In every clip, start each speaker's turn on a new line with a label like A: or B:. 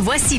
A: Voici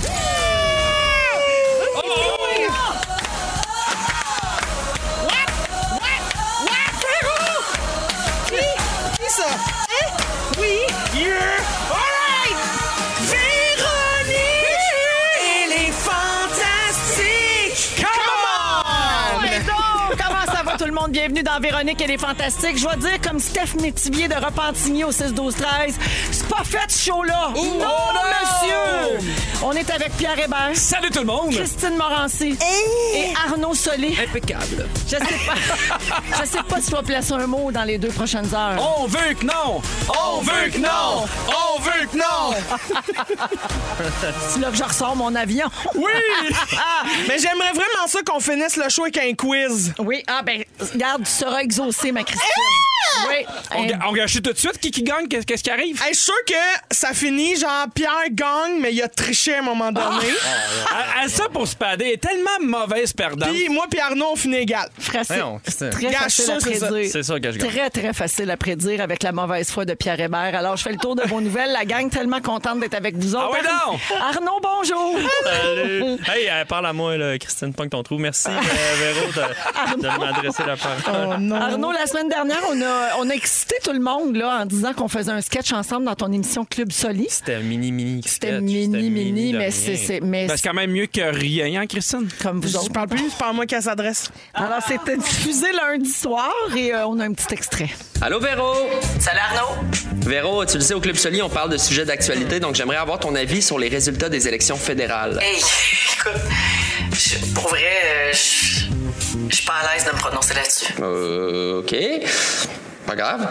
B: donc! Comment ça va tout le monde? Bienvenue dans Véronique et les Fantastiques. Je vais dire comme Steph Tibier de Repentigny au 6-12-13. C'est pas fait ce show-là! Non,
C: non!
B: monsieur! On est avec Pierre Hébert,
C: Salut tout le monde!
B: Christine Morancy
D: Eh!
B: et Arnaud Solé.
C: Impeccable.
B: Je sais pas. Je sais pas si tu vas placer un mot dans les deux prochaines heures.
C: On veut que non! On veut que non! On veut que non!
B: C'est là que je ressors mon avion.
C: Oui!
D: Mais j'aimerais vraiment ça qu'on finisse le show avec un quiz.
B: Oui, ah ben, regarde, tu seras exaucé, ma Christine. Oui.
C: Eh! On, ga- on gâchit tout de suite qui, qui gagne, qu'est- qu'est-ce qui arrive?
D: Hey, je suis sûr que ça finit, genre Pierre gagne, mais il a triché à un moment donné.
C: Ah!
E: Ah,
C: À, à ça pour se pader, elle est tellement mauvaise perdante.
D: Puis moi et Arnaud, on finit égal.
B: Facile.
E: Voyons,
B: C'est
E: c'est-
B: très
D: Gâche
B: facile
D: ça,
B: à
D: c'est ça.
B: prédire.
E: C'est ça, gâche, gâche.
B: Très, très facile à prédire avec la mauvaise foi de Pierre Hébert. Alors, je fais le tour de vos nouvelles. La gang, tellement contente d'être avec vous
E: Ah
B: autres.
C: ouais,
B: Arnaud- Arnaud, bonjour.
E: Salut! Hey, euh, parle à moi, là, Christine Punk, ton trou. Merci, euh, Véro, de, de m'adresser la
B: Ah.
D: Oh
E: parole.
B: Arnaud, la semaine dernière, on a, on a excité tout le monde là, en disant qu'on faisait un sketch ensemble dans ton émission Club Soli.
E: C'était mini, mini.
B: C'était
E: sketch,
B: mini, mini,
E: de
B: mais
E: rien.
B: c'est c'est- mais
C: Ben, C'est quand même mieux que rien, hein, Christine?
B: c'est comme vous
D: Je
B: autres.
D: parle plus, c'est pas à moi qu'elle s'adresse.
B: Alors, c'était diffusé lundi soir et euh, on a un petit extrait.
F: Allô, Véro? Salut, Arnaud. Véro, tu le sais, au Club Soli, on parle de sujets d'actualité, donc j'aimerais avoir ton avis sur les résultats des élections fédérales.
G: Hey, écoute, je- pour vrai, euh, je je suis pas à l'aise de me prononcer là-dessus.
F: Euh, OK. Pas grave.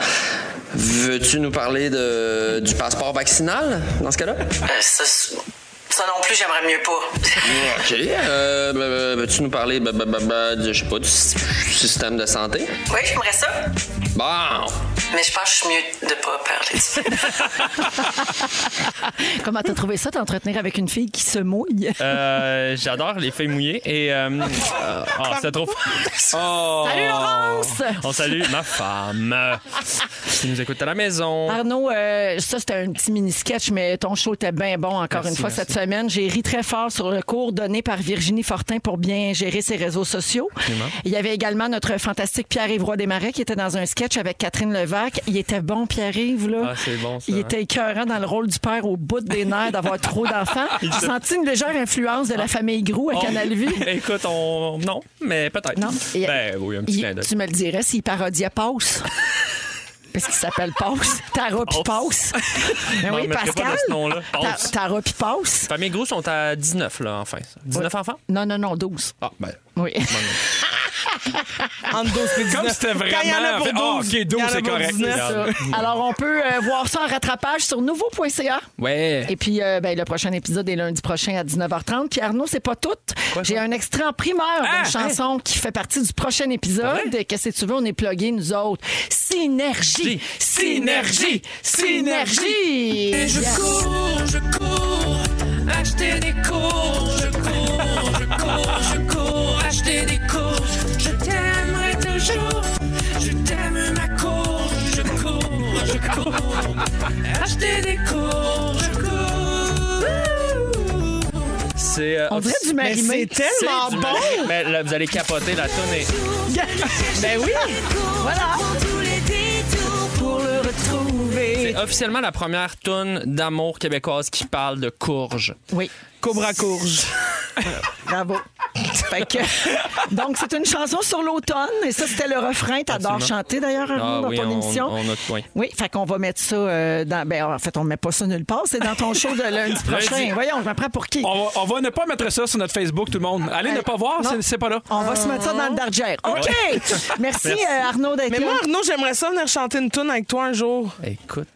F: Veux-tu nous parler de, du passeport vaccinal, dans ce cas-là?
G: Euh, ça, ça non plus, j'aimerais mieux pas.
F: OK. Euh, bah, bah, veux-tu nous parler, bah, bah, bah, bah, du- je sais pas, du sy- système de santé?
G: Oui, j'aimerais ça,
F: Bon!
G: mais je pense que je suis mieux de pas parler de ça.
B: Comment t'as trouvé ça, t'entretenir avec une fille qui se mouille?
E: Euh, J'adore les feuilles mouillées et. euh,
B: Ah.
E: euh, oh, c'est trop. Oh.
B: Salut, Laurence!
E: On salue ma femme euh, qui nous écoute à la maison.
B: Arnaud, euh, ça c'était un petit mini-sketch, mais ton show était bien bon encore
E: Merci,
B: une fois
E: merci.
B: cette semaine. J'ai ri très fort sur le cours donné par Virginie Fortin pour bien gérer ses réseaux sociaux. Il y avait également notre fantastique Pierre-Yves Roy Desmarais qui était dans un sketch avec Catherine Levac. Il était bon, Pierre-Yves, là.
E: Ah, c'est bon, ça,
B: Il
E: hein.
B: était écœurant dans le rôle du père au bout des nerfs d'avoir trop d'enfants. J'ai senti une légère influence de la famille Grou à
E: On-
B: Canal Vie.
E: Écoute, on. Non, mais peut-être.
B: Non. Et-
E: Ben oui, un petit
B: il-
E: clin d'œil.
B: Tu me le dirais s'il parodiait Pauce. Parce qu'il s'appelle Pauce. Tara puis Pauce. Ben
E: Je m'en
B: oui,
E: remettrai pas
B: Pascal.
E: de ce nom-là.
B: Ta-
E: Pauce.
B: Tara puis Pauce.
E: Famille Gros sont à 19, là, enfin. 19 enfants?
B: Non, non, non, 12.
E: Ah, ben.
B: Oui.
D: Entre 12 et 19.
C: Comme c'était vraiment-
D: Quand il y en a pour
C: fait- Ah,
D: 12.
C: ok, 12,
D: il y en a
C: c'est
D: pour
C: correct.
D: 19.
E: Regarde.
B: Alors, on peut euh, voir ça en rattrapage sur nouveau.ca.
E: Ouais.
B: Et puis, euh, ben, le prochain épisode est lundi prochain à 19h30. Puis, Arnaud, c'est pas tout. J'ai un extrait en primeur
C: Ah!
B: d'une chanson qui fait partie du prochain épisode. Qu'est-ce que tu veux? On est plugués, nous autres. Synergie! Synergie! Synergie!
E: C'est. euh,
B: On dirait du
D: Mais
B: marimé.
D: c'est tellement
E: du
D: bon.
E: Marimé. Mais là, vous allez capoter la tonne.
D: Ben oui.
B: Voilà. Pour le retrouver.
E: C'est officiellement la première tonne d'amour québécoise qui parle de courge.
B: Oui.
D: Cobra courge.
B: Bravo. Fait que- donc, c'est une chanson sur l'automne. Et ça, c'était le refrain. T'adores
E: Absolument.
B: chanter, d'ailleurs, Arnaud,
E: Ah
B: dans
E: oui,
B: ton
E: on-
B: émission.
E: on a de points.
B: Oui, fait qu'on va mettre ça euh, dans... Ben, en fait, on ne met pas ça nulle part. C'est dans ton show de lundi prochain.
C: Lundi.
B: Voyons, je me prends pour qui?
C: On va, on va ne pas mettre ça sur notre Facebook, tout le monde. Allez ne pas voir,
B: Non.
C: c'est- c'est pas là.
B: On va se mettre ça dans le darger. OK! Merci, euh, Arnaud, d'être
D: Mais
B: là.
D: moi, Arnaud, j'aimerais ça venir chanter une tune avec toi un jour.
E: Écoute.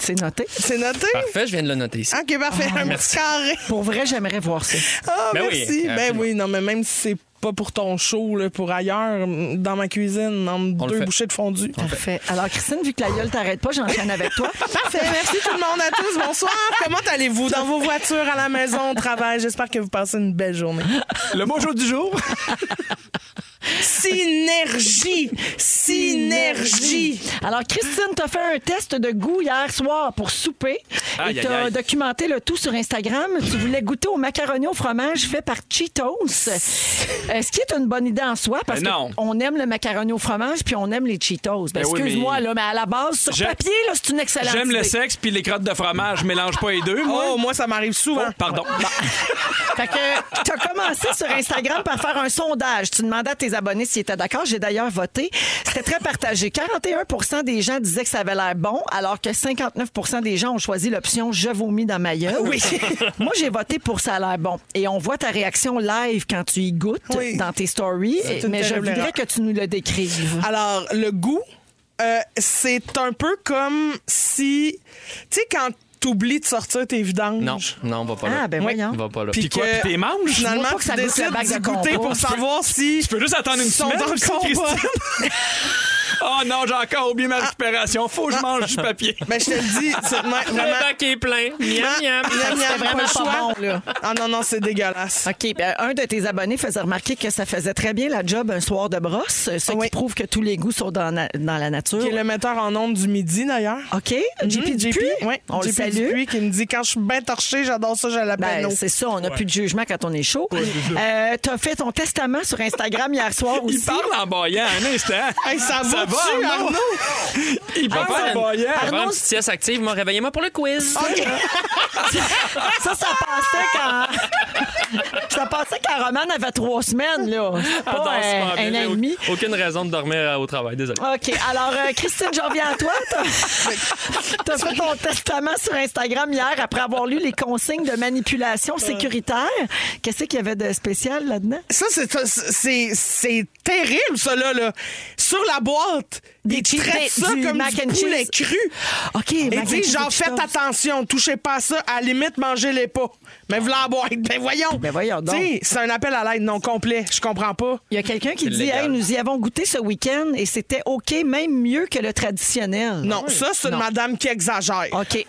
B: C'est noté.
D: C'est noté?
E: Parfait, je viens de le noter ici.
C: Ah,
D: Ok, parfait. un petit carré.
B: Pour vrai, j'aimerais voir ça.
D: Ah,
E: Ben oui,
D: merci. ben
E: absolument.
D: oui, non, mais même si c'est pas pour ton show, là, pour ailleurs, dans ma cuisine, en
C: On le
D: deux
C: fait.
D: bouchées de fondue.
B: Parfait. Alors, Christine, vu que la gueule t'arrête pas, j'enchaîne avec toi.
D: Parfait. Merci tout le monde à tous. Bonsoir. Comment allez-vous dans vos voitures, à la maison, au travail? J'espère que vous passez une belle journée.
C: Le mojo du jour.
D: Synergie. Synergie.
B: Alors, Christine, t'as fait un test de goût hier soir pour souper et
E: Aïe, aïe,
B: t'as
E: aïe.
B: documenté le tout sur Instagram. Tu voulais goûter au macaroni au fromage fait par Cheetos. Euh, Ce qui est une bonne idée en soi parce
E: Mais non.
B: qu'on aime le macaroni au fromage puis on aime les Cheetos. Ben,
C: Ben oui,
B: excuse-moi,
C: mais-
B: là, mais à la base, sur
C: Je-
B: papier, là, c'est une excellente
C: J'aime le
B: idée.
C: sexe puis les crottes de fromage. Je mélange pas les deux,
B: Ah.
C: moi.
D: Oh, moi, ça m'arrive
C: Oh,
D: souvent.
C: pardon.
B: Fait que t'as commencé sur Instagram par faire un sondage. Tu demandais à tes abonnés s'ils étaient d'accord. J'ai d'ailleurs voté. C'était très partagé. 41 des gens disaient que ça avait l'air bon, alors que 59 des gens ont choisi l'option « je vomis dans ma gueule ». Oui. Moi, j'ai voté pour « ça a l'air bon ». Et on voit ta réaction live quand tu y goûtes
D: Oui.
B: dans tes stories.
D: C'est une
B: Mais je
D: terrible
B: voudrais
D: erreur. Ah,
B: que tu nous le décrives.
D: Alors, le goût, euh, c'est un peu comme si. Tu sais, quand t'oublies de sortir tes vidanges.
E: Non, non, on va pas là.
B: Ah, ben voyons.
E: On va pas là.
C: Puis quoi,
D: que-
C: puis t'es manges?
D: Finalement,
B: pas que
D: tu
B: ça goûte la
D: décides
B: bague
D: d'y
B: de
D: goûter
B: compost.
D: pour savoir si.
C: Tu peux juste attendre une
D: Ils sont
C: semaine,
D: dans le
C: c'est
D: combat.
C: Christine. oh non, j'ai encore oublié ma récupération. Faut que je mange du papier.
D: Ben, je te le dis, c'est vraiment.
E: Le bac est plein. Miam, miam.
D: Miam, miam,
B: vraiment
D: pas le
B: pas
D: choix.
B: bon, là.
D: Ah non, non, c'est dégueulasse.
B: OK. ben, un de tes abonnés faisait remarquer que ça faisait très bien la job un soir de brosse, ce
D: Oui.
B: qui prouve que tous les goûts sont dans, na- dans la nature.
D: Qui est le metteur en nombre du midi, d'ailleurs.
B: OK. JP
D: Mhm,
B: Dupuis,
D: ouais,
B: on le
D: JP
B: salue.
D: Dupuis qui me dit quand je suis bien torché, j'adore ça, j'ai la
B: Ben,
D: peine.
B: c'est ça, on n'a plus de jugement quand on est chaud. Euh, T'as fait ton testament sur Instagram hier soir aussi.
C: Il parle en baillant un instant.
D: Hey, ça,
C: Ça
D: va-tu,
C: va,
D: Arnaud?
C: Arnaud? Il parle en baillant.
E: Je vais faire une petite sieste active. Moi, réveillez-moi pour le quiz.
B: Ça, ça passait quand. ça passait quand Romane avait trois semaines, là. Pas,
E: Ah, non, c'est
B: euh,
E: pas bien.
B: un an
E: J'ai
B: et
E: au-
B: demi.
E: Aucune raison de dormir euh, au travail, désolé.
B: OK. Alors, euh, Christine, je reviens à toi. T'as- T'as fait ton testament sur Instagram hier après avoir lu les consignes de manipulation sécuritaire. Qu'est-ce qu'il y avait de spécial là-dedans?
D: Ça, c'est, ça, c'est, c'est terrible, ça, là. là. Sur la boîte,
B: Des
D: ils
B: cheese-
D: traitent
B: des-
D: ça
B: du
D: comme
B: mac
D: du
B: and
D: poulet
B: cheese.
D: cru.
B: OK.
D: Et
B: mac and
D: disent,
B: cheese
D: genre,
B: et
D: faites
B: Cheetos.
D: attention, touchez pas à ça, à la limite, mangez-les pas. Mais vous la boîte, ben voyons.
B: Ben voyons donc.
D: Tu sais, c'est un appel à l'aide non complet, je comprends pas.
B: Il y a quelqu'un qui dit
E: légal.
B: Hey, nous y avons goûté ce week-end et c'était OK, même mieux que le traditionnel.
D: Ah Non, ça, c'est une
B: Non.
D: madame qui exagère.
B: OK.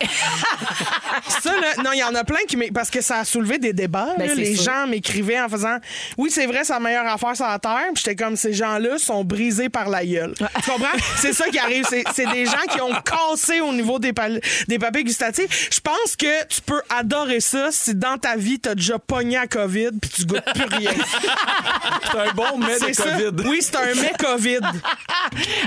D: Ça, là, non, il y en a plein qui. m'é- Parce que ça a soulevé des débats.
B: Ben,
D: là.
B: c'est
D: les
B: sûr.
D: gens m'écrivaient en faisant Oui, c'est vrai, c'est la meilleure affaire sur la terre. Puis j'étais comme Ces gens-là sont brisés par la gueule. Tu comprends C'est ça qui arrive. C'est c'est des gens qui ont cassé au niveau des, pal- des papiers gustatifs. Je pense que tu peux adorer ça si dans ta vie, t'as déjà pogné à COVID puis tu goûtes plus rien.
C: C'est un bon mets de
D: c'est ça.
C: COVID.
D: Oui, c'est un mec COVID.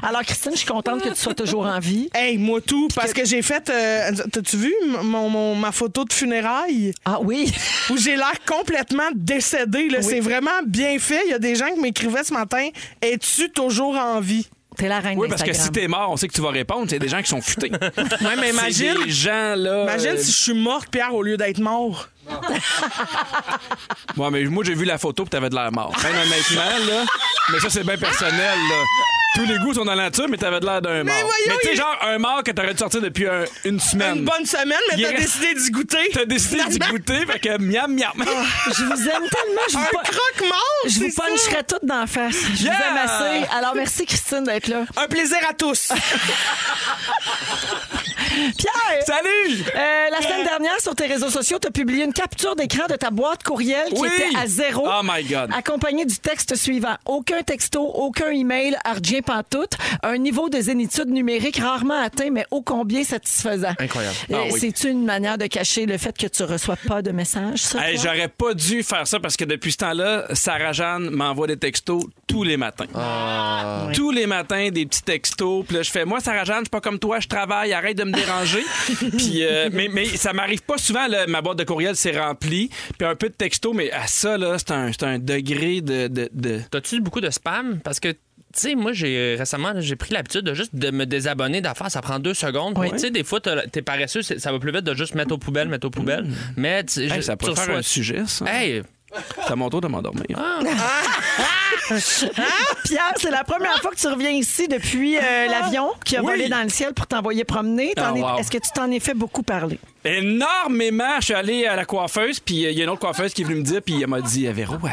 B: Alors, Christine, je suis contente que tu sois toujours en vie.
D: hey, moi tout. Parce que j'ai fait. euh, T'as-tu vu m- mon- mon- ma photo de funérailles
B: Ah oui.
D: où j'ai l'air complètement décédé. là. C'est vraiment bien fait. Il y a des gens qui m'écrivaient ce matin Es-tu toujours en vie
B: T'es la reine
C: Oui, parce que si
B: d'Instagram.
C: t'es mort, on sait que tu vas répondre. C'est des gens qui sont futés.
D: Ouais, mais
C: C'est des gens, là.
D: Imagine
C: euh,
D: si je suis morte, Pierre, au lieu d'être mort.
C: Ouais, mais moi, j'ai vu la photo, puis t'avais de l'air mort. Ben, honnêtement, là. Mais ça, c'est bien personnel, là. Tous les goûts sont dans la nature, mais t'avais de l'air d'un mort.
D: voyons,
C: mais tu sais,
D: il-
C: genre, un mort que t'aurais dû sortir depuis un- une semaine.
D: Une bonne semaine, mais
C: Euh, Il
D: t'as
C: reste-
D: décidé d'y goûter.
C: T'as décidé d'y goûter, fait que miam, miam.
D: Ah.
B: Je vous aime tellement. Je vous,
D: Un
B: pas-
D: croque-mort
B: je vous
D: c'est ça?
B: puncherai toutes d'en face. Je
C: Yeah!
B: vous aime assez. Alors, merci, Christine, d'être là.
D: Un plaisir à tous.
B: Pierre!
C: Salut!
B: euh, la semaine dernière, sur tes réseaux sociaux, t'as publié une capture d'écran de ta boîte courriel qui
C: Oui!
B: était à zéro.
C: Oh my God.
B: Accompagnée du texte suivant. Aucun texto, aucun email, argien pantoute. Un niveau de zénitude numérique rarement atteint, mais ô combien satisfaisant.
E: Incroyable.
C: Ah oui.
B: C'est une manière de cacher le fait que tu reçois pas de message, ça?
C: Hey,
B: toi?
C: J'aurais pas dû faire ça parce que depuis ce temps-là, Sarah Jeanne m'envoie des textos tous les matins. Tous les matins, des petits textos. Puis là, je fais Moi, Sarah Jeanne, je suis pas comme toi, je travaille, arrête de me déranger. Puis, euh, mais, mais ça m'arrive pas souvent. là, ma boîte de courriel s'est remplie. Puis un peu de textos, mais à ça, là, c'est un, c'est un degré de. de, de-
E: T'as-tu beaucoup de spam? Parce que, tu sais, moi, j'ai récemment, j'ai pris l'habitude de juste de me désabonner d'affaires. Ça prend deux secondes.
B: Oui.
E: Tu sais, des fois, t'as- t'es paresseux, c'est- ça va plus vite de juste mettre aux poubelles, mettre aux poubelles.
B: Mm.
E: Mais tu
C: Hey,
E: je-
C: ça
E: tu
C: pourrait faire
E: reçois-
C: un sujet, ça.
E: Hey,
C: C'est à mon tour de m'endormir.
B: Pierre, c'est la première fois que tu reviens ici depuis euh, l'avion qui a
C: Oui.
B: volé dans le ciel pour t'envoyer promener. T'en
C: Ah,
B: es-
C: wow.
B: Est-ce que tu t'en es fait beaucoup parler?
C: euh, énormément. Je suis allé à la coiffeuse, puis il y a une autre coiffeuse qui est venue me dire, puis elle m'a dit, Véro, elle,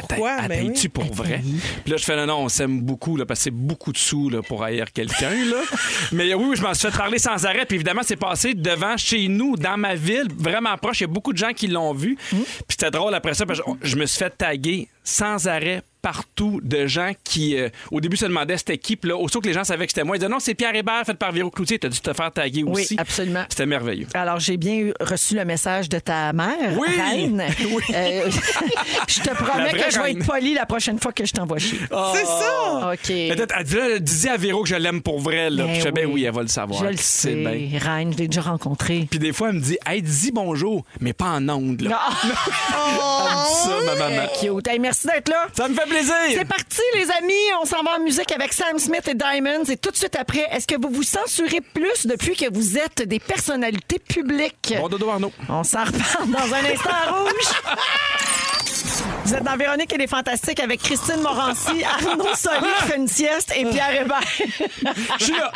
D: pourquoi,
C: T'as-
D: mais oui.
C: t'haïs-tu pour vrai? Puis là, je fais non, non, on s'aime beaucoup, là, parce que c'est beaucoup de sous là, pour haïr quelqu'un. Là. mais euh, oui, oui, je m'en suis fait parler sans arrêt. Puis évidemment, c'est passé devant chez nous, dans ma ville, vraiment proche. Il y a beaucoup de gens qui l'ont vu.
D: Mmh.
C: Puis c'était drôle après ça, parce que je, je me suis fait taguer sans arrêt partout de gens qui, euh, au début, se demandaient c'était qui. Puis là, aussitôt que les gens savaient que c'était moi, ils disaient non, c'est Pierre Hébert, fait par Véro Cloutier. T'as dû te faire taguer
B: Oui,
C: aussi.
B: absolument.
C: C'était merveilleux.
B: Alors, j'ai bien eu- reçu le message de ta mère,
C: Oui!
B: reine. Euh, je te promets
C: vraie
B: que je vais
C: reine. Oh!
B: être polie la prochaine fois que je t'envoie chier.
D: C'est ça!
B: OK.
C: Mais peut-être, Elle dit, là, dis à Véro que je l'aime pour vrai. Là.
B: Ben
C: Puis je fais, ben
B: oui.
C: oui, elle va le savoir.
B: Je le
C: Puis c'est
B: sais,
C: bien.
B: reine, je l'ai déjà rencontré.
C: Puis des fois, elle me dit, hey, dis bonjour, mais pas en ondes. Là.
B: Ah,
C: Ça, ma maman.
B: cute. Hey, merci d'être là.
C: Ça me fait plaisir.
B: C'est parti, les amis. On s'en va en musique avec Sam Smith et Diamonds. Et tout de suite après, est-ce que vous vous censurez plus depuis que vous êtes des personnalités publiques?
C: Bon dodo Arnaud.
B: On s'en reparle dans un instant en rouge. Vous êtes dans Véronique et les Fantastiques avec Christine Morancy, Arnaud Soli qui fait une sieste et Pierre Hébert.
C: Je suis là.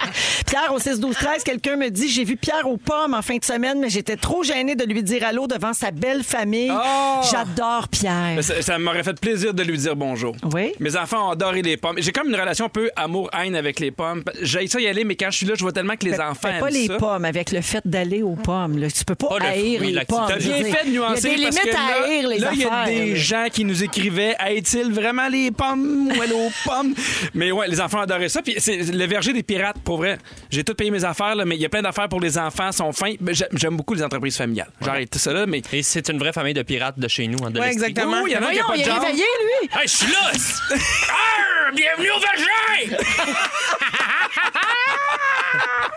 B: Pierre, au 6-12-13, quelqu'un me dit J'ai vu Pierre aux pommes en fin de semaine, mais j'étais trop gênée de lui dire allô devant sa belle famille.
C: Ah!
B: J'adore Pierre.
C: Mais Ça, ça m'aurait fait plaisir de lui dire bonjour.
B: Oui.
C: Mes enfants ont adoré les pommes. J'ai comme une relation un peu amour-haine avec les pommes. J'ai ça y aller, mais quand je suis là, je vois tellement que les
B: Fais-
C: enfants
B: fais Ben, pas
C: aiment
B: les
C: ça.
B: pommes avec le fait d'aller aux pommes. là. Tu peux pas
E: Pas le
B: haïr
E: fruit,
B: les
E: l'activité.
B: pommes.
C: T'as
B: je veux
C: bien
B: dire.
C: fait de nuancer
B: Il y a des
C: parce
B: limites
C: que
B: à
C: là,
B: haïr les
C: là, il y a
B: affaires,
C: des
B: là.
C: gens qui nous écrivaient Aïe-t-il vraiment les pommes ou elle aux pommes Mais ouais, les enfants adoraient ça. Puis c'est le verger des pirates, pour vrai. J'ai tout payé mes affaires, là, mais il y a plein d'affaires pour les enfants, sont fins. Mais j'ai- J'aime beaucoup les entreprises familiales. J'arrête tout ça là, mais.
E: Et c'est une vraie famille de pirates de chez nous, en
D: Ouais,
E: Dolestie.
D: exactement.
C: Oui, il y en a un qui a
B: Voyons,
C: pas de
B: il est
C: jambe.
B: réveillé, lui.
E: Hey, je suis là! Arr, bienvenue au verger!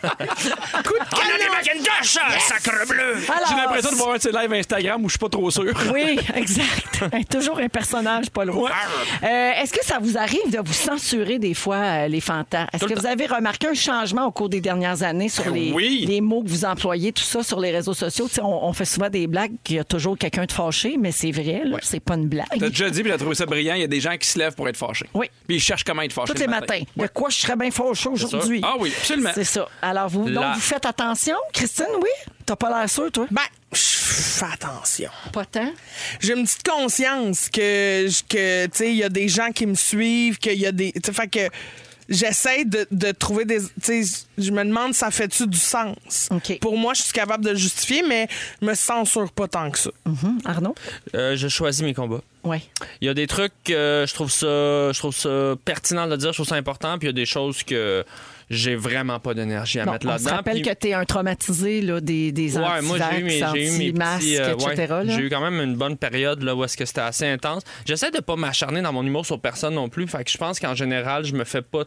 E: Coup de On a des Macintosh, sacre bleu!
B: Alors,
C: J'ai l'impression de voir un de ces lives Instagram où je suis pas trop sûr.
B: Oui, exact. Hein, toujours un personnage, Paul Roux. Euh, Est-ce que ça vous arrive de vous censurer des fois euh, les fantas? Est-ce que vous avez remarqué un changement au cours des dernières années sur les,
C: Ben oui.
B: les mots que vous employez, tout ça sur les réseaux sociaux? Tu sais, On, on fait souvent des blagues qu'il y a toujours quelqu'un de fâché, mais c'est vrai, là, c'est pas une
C: T'as
B: blague.
C: déjà dit, puis t'as trouvé ça brillant, il y a des gens qui se lèvent pour être fâchés.
B: Oui.
C: Puis ils cherchent comment être fâchés.
B: Tous
C: le
B: les matins. De quoi je serais bien fâché aujourd'hui?
C: Ah oui, absolument.
B: C'est ça. Alors, vous, donc,
E: La-
B: vous faites attention. Christine, oui? T'as pas l'air sûre, toi?
D: Ben, je fais attention.
B: Pas tant.
D: J'ai une petite conscience que, je- que tu sais, il y a des gens qui me suivent, qu'il y a des. tu sais, Fait que j'essaie de, de trouver des. Tu sais, je me demande, ça fait-tu du sens?
B: OK.
D: Pour moi, je suis capable de justifier, mais je me censure pas tant que ça.
B: Hum, Arnaud?
E: Euh, je choisis mes combats.
B: Oui.
E: Il y a des trucs que je trouve ça, je trouve ça pertinent de le dire, je trouve ça important, puis il y a des choses que j'ai vraiment pas d'énergie à
B: Non,
E: mettre
B: on se
E: là-dedans.
B: rappelle
E: puis-
B: que t'es un traumatisé là, des, des
E: Ouais, moi j'ai eu mes,
B: anti-vax,
E: j'ai eu mes
B: anti-masques,
E: petits, euh,
B: etc.
E: ouais,
B: là.
E: j'ai eu quand même une bonne période là où est-ce que c'était assez intense. J'essaie de pas m'acharner dans mon humour sur personne non plus, fait que je pense qu'en général je me fais pas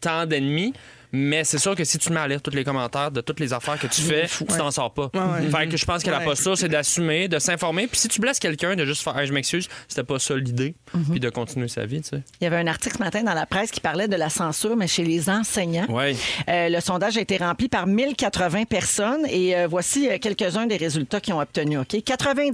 E: tant d'ennemis. Mais c'est sûr que si tu mets à lire tous les commentaires de toutes les affaires que tu fais, tu t'en sors pas. Fait que je pense que la
D: Ouais.
E: posture, c'est d'assumer, de s'informer. Puis si tu blesses quelqu'un, de juste faire Hey, je m'excuse, c'était pas ça l'idée.
D: Mm-hmm.
E: Puis de continuer sa vie, tu sais.
B: Il y avait un article ce matin dans la presse qui parlait de la censure, mais chez les enseignants.
C: Ouais.
B: Euh, le sondage a été rempli par 1080 personnes et euh, voici euh, quelques-uns des résultats qu'ils ont obtenus. OK? 90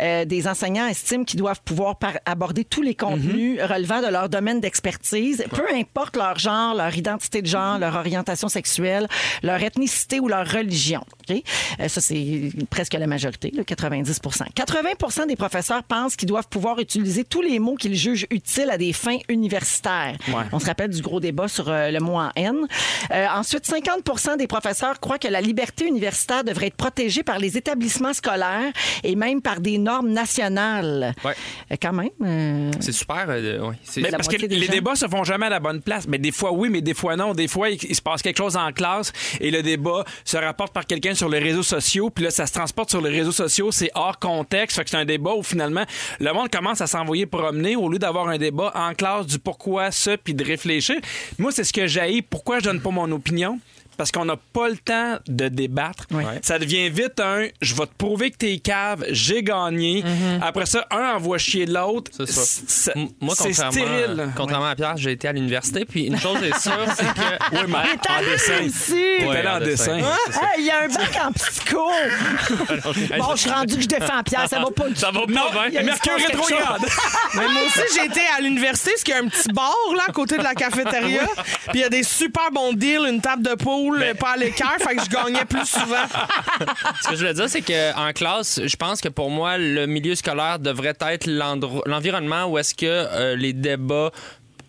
B: euh, des enseignants estiment qu'ils doivent pouvoir par- aborder tous les contenus
E: Mm-hmm.
B: relevant de leur domaine d'expertise, peu importe leur genre, leur identité de genre, leur orientation sexuelle, leur ethnicité ou leur religion. OK? Euh, ça, c'est presque la majorité, là, 90 80 des professeurs pensent qu'ils doivent pouvoir utiliser tous les mots qu'ils jugent utiles à des fins universitaires.
C: Ouais.
B: On se rappelle du gros débat sur euh, le mot en haine. Euh, ensuite, 50 des professeurs croient que la liberté universitaire devrait être protégée par les établissements scolaires et même par des normes nationales.
E: Ouais.
B: Euh, quand même. euh,
E: C'est super. euh, ouais, c'est-
C: Mais
B: La
C: parce que
B: moitié des
C: les
B: gens.
C: débats se font jamais à la bonne place. Mais des fois oui, mais des fois non. Des fois, il, il se passe quelque chose en classe et le débat se rapporte par quelqu'un sur les réseaux sociaux. Puis là, ça se transporte sur les réseaux sociaux. C'est hors contexte. Fait que c'est un débat où finalement, le monde commence à s'envoyer promener au lieu d'avoir un débat en classe du pourquoi ça puis de réfléchir. Moi, c'est ce que j'ai. Pourquoi je donne pas mon opinion? Parce qu'on n'a pas le temps de débattre.
B: Oui.
C: Ça devient vite un je vais te prouver que t'es cave, j'ai gagné.
B: Mm-hmm.
C: Après ça, un envoie chier l'autre.
E: C'est ça.
C: C'est-
E: M- Moi,
C: c'est
E: contrairement, euh,
C: stérile.
E: contrairement à Pierre, j'ai été à l'université, puis une chose est sûre, c'est que. Oui,
C: mais-
B: T'as
C: dessin.
B: réussi!
C: Ouais. en dessin.
E: Ah, Ouais, c'est ça.
B: Hey, Ah, Il y a un bac en psycho! bon, je suis rendu que je défends Pierre, ça va pas du
E: Ça va pas
C: Non,
E: bien.
B: Il y a-
C: Mercure
B: il se passe quelque
C: rétrograde.
D: Mais moi aussi, j'étais à l'université, parce qu'il y a un petit bar là, à côté de la cafétéria. Puis il y a des super bons deals, une table de poule, cool, pas à l'écart, fait que je gagnais plus souvent.
E: Ce que je voulais dire, c'est qu'en classe, je pense que pour moi, le milieu scolaire devrait être l'endro- l'environnement où est-ce que euh, les débats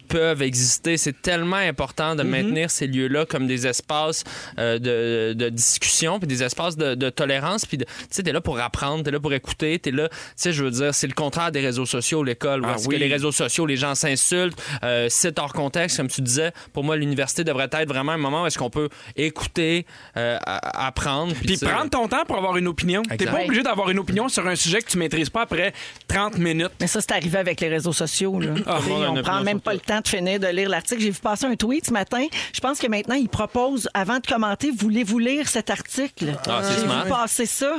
E: peuvent exister. C'est tellement important
C: Mm-hmm.
E: de maintenir ces lieux-là comme des espaces euh, de, de discussion, puis des espaces de, de tolérance. Puis, de- tu sais, t'es là pour apprendre, t'es là pour écouter, t'es là, tu sais, je veux dire, c'est le contraire des réseaux sociaux, l'école.
C: Ah
E: parce
C: oui.
E: que les réseaux sociaux, les gens s'insultent, euh, c'est hors contexte, comme tu disais. Pour moi, l'université devrait être vraiment un moment où est-ce qu'on peut écouter, euh, à- apprendre.
C: Puis
E: tu sais,
C: prendre ton temps pour avoir une opinion. T'es
E: Exact.
C: pas obligé d'avoir une opinion sur un sujet que tu maîtrises pas après 30 minutes.
B: Mais ça, c'est arrivé avec les réseaux sociaux. Là. Tu sais,
E: on a une
B: on prend
E: opinion
B: même
E: sur
B: pas
E: tout.
B: le temps de finir de lire l'article. J'ai vu passer un tweet ce matin. Je pense que maintenant, ils proposent, avant de commenter, voulez-vous lire cet article?
E: Ah, c'est
B: J'ai
E: smart.
B: vu passer ça.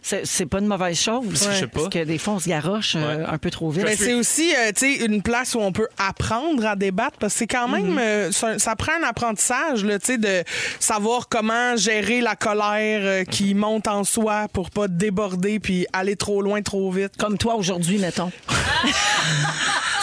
B: C'est c'est pas une mauvaise chose.
E: Je sais pas.
B: Parce que des fois, on se garoche euh, un peu trop vite.
D: Mais c'est aussi euh, tu sais, une place où on peut apprendre à débattre parce que c'est quand
C: Mhm.
D: même euh, ça, ça prend un apprentissage là, tu sais, de savoir comment gérer la colère euh, qui monte en soi pour pas déborder puis aller trop loin trop vite.
B: Comme toi aujourd'hui, mettons.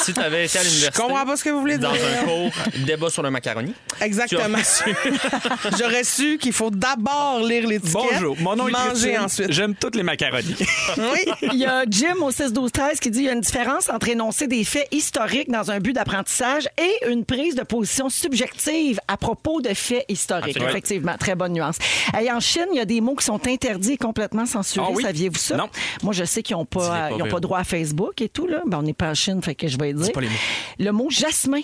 E: Si tu avais été à l'université.
D: Je comprends pas ce que vous voulez
E: Dans
D: dire.
E: un cours, débat sur le macaroni.
D: Exactement. J'aurais su qu'il faut d'abord lire l'étiquette.
C: Bonjour, mon nom est
D: manger
C: Christine.
D: ensuite.
C: J'aime toutes les macaronis.
D: Oui.
B: Il y a Jim au 6-12-13 qui dit il y a une différence entre énoncer des faits historiques dans un but d'apprentissage et une prise de position subjective à propos de faits historiques.
E: Absolument.
B: Effectivement, très bonne nuance. Et en Chine, il y a des mots qui sont interdits et complètement censurés.
C: Ah oui?
B: Saviez-vous ça?
C: Non.
B: Moi, je sais qu'ils n'ont pas,
E: Dis-les pas,
B: ils ont
E: Véro.
B: pas droit à Facebook et tout. Là. Ben, on n'est pas en Chine, fait que je vais le dire.
E: pas les mots.
B: Le mot jasmin.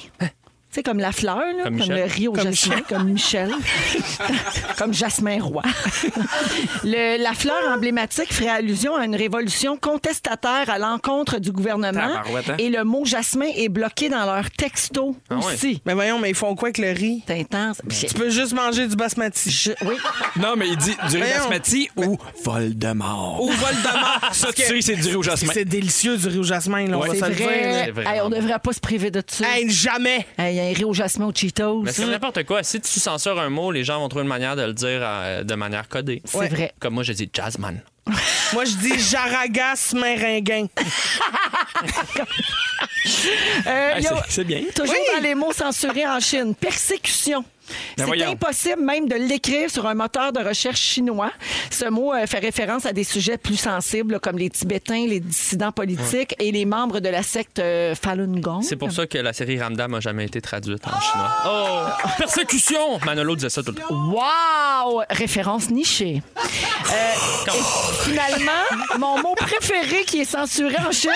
B: C'est comme la fleur,
E: Comme
B: là, comme,
E: Michel.
B: le riz au jasmin, comme Michel, comme Jasmin Roy. Le- la fleur emblématique ferait allusion à une révolution contestataire à l'encontre du gouvernement.
C: Tabarouette, hein?
B: Et le mot jasmin est bloqué dans leur texto
E: Ah ouais.
B: aussi.
D: Mais voyons, mais ils font quoi avec le riz?
B: C'est intense.
D: Ben, Tu peux juste manger du basmati.
B: Oui.
C: non, mais il dit du riz
D: Voyons.
C: basmati ou Voldemort.
D: Ou Voldemort.
C: Ah, Ça, tu sais, c'est du riz au jasmin.
D: C'est délicieux du riz au jasmin, là, on va
B: C'est
D: se le dire.
B: vrai.
E: C'est vraiment
B: Hey, on devrait pas se priver de ça. Hey,
D: Hey, jamais!
B: Il y a un riz au jasmin au Cheetos.
E: Mais Ben, c'est comme n'importe quoi. Si tu censures un mot, les gens vont trouver une manière de le dire euh, de manière codée.
B: C'est vrai.
E: Comme moi, je dis Jasmine.
D: Moi, je dis jaragas meringuin.
B: Euh,
C: Ah,
B: il y a-
C: c'est- c'est bien.
B: Toujours
D: Oui.
B: dans les mots censurés en Chine. Persécution.
C: Ben
B: C'est
C: voyons.
B: impossible même de l'écrire sur un moteur de recherche chinois. Ce mot euh, fait référence à des sujets plus sensibles comme les Tibétains, les dissidents politiques et les membres de la secte euh, Falun Gong.
E: C'est
D: Mm.
E: pour ça que la série Ramdam n'a jamais été traduite en chinois. Oh! Persécution! Manolo disait ça tout le temps.
B: Wow! Référence nichée. Euh, et finalement, mon mot préféré qui est censuré en Chine,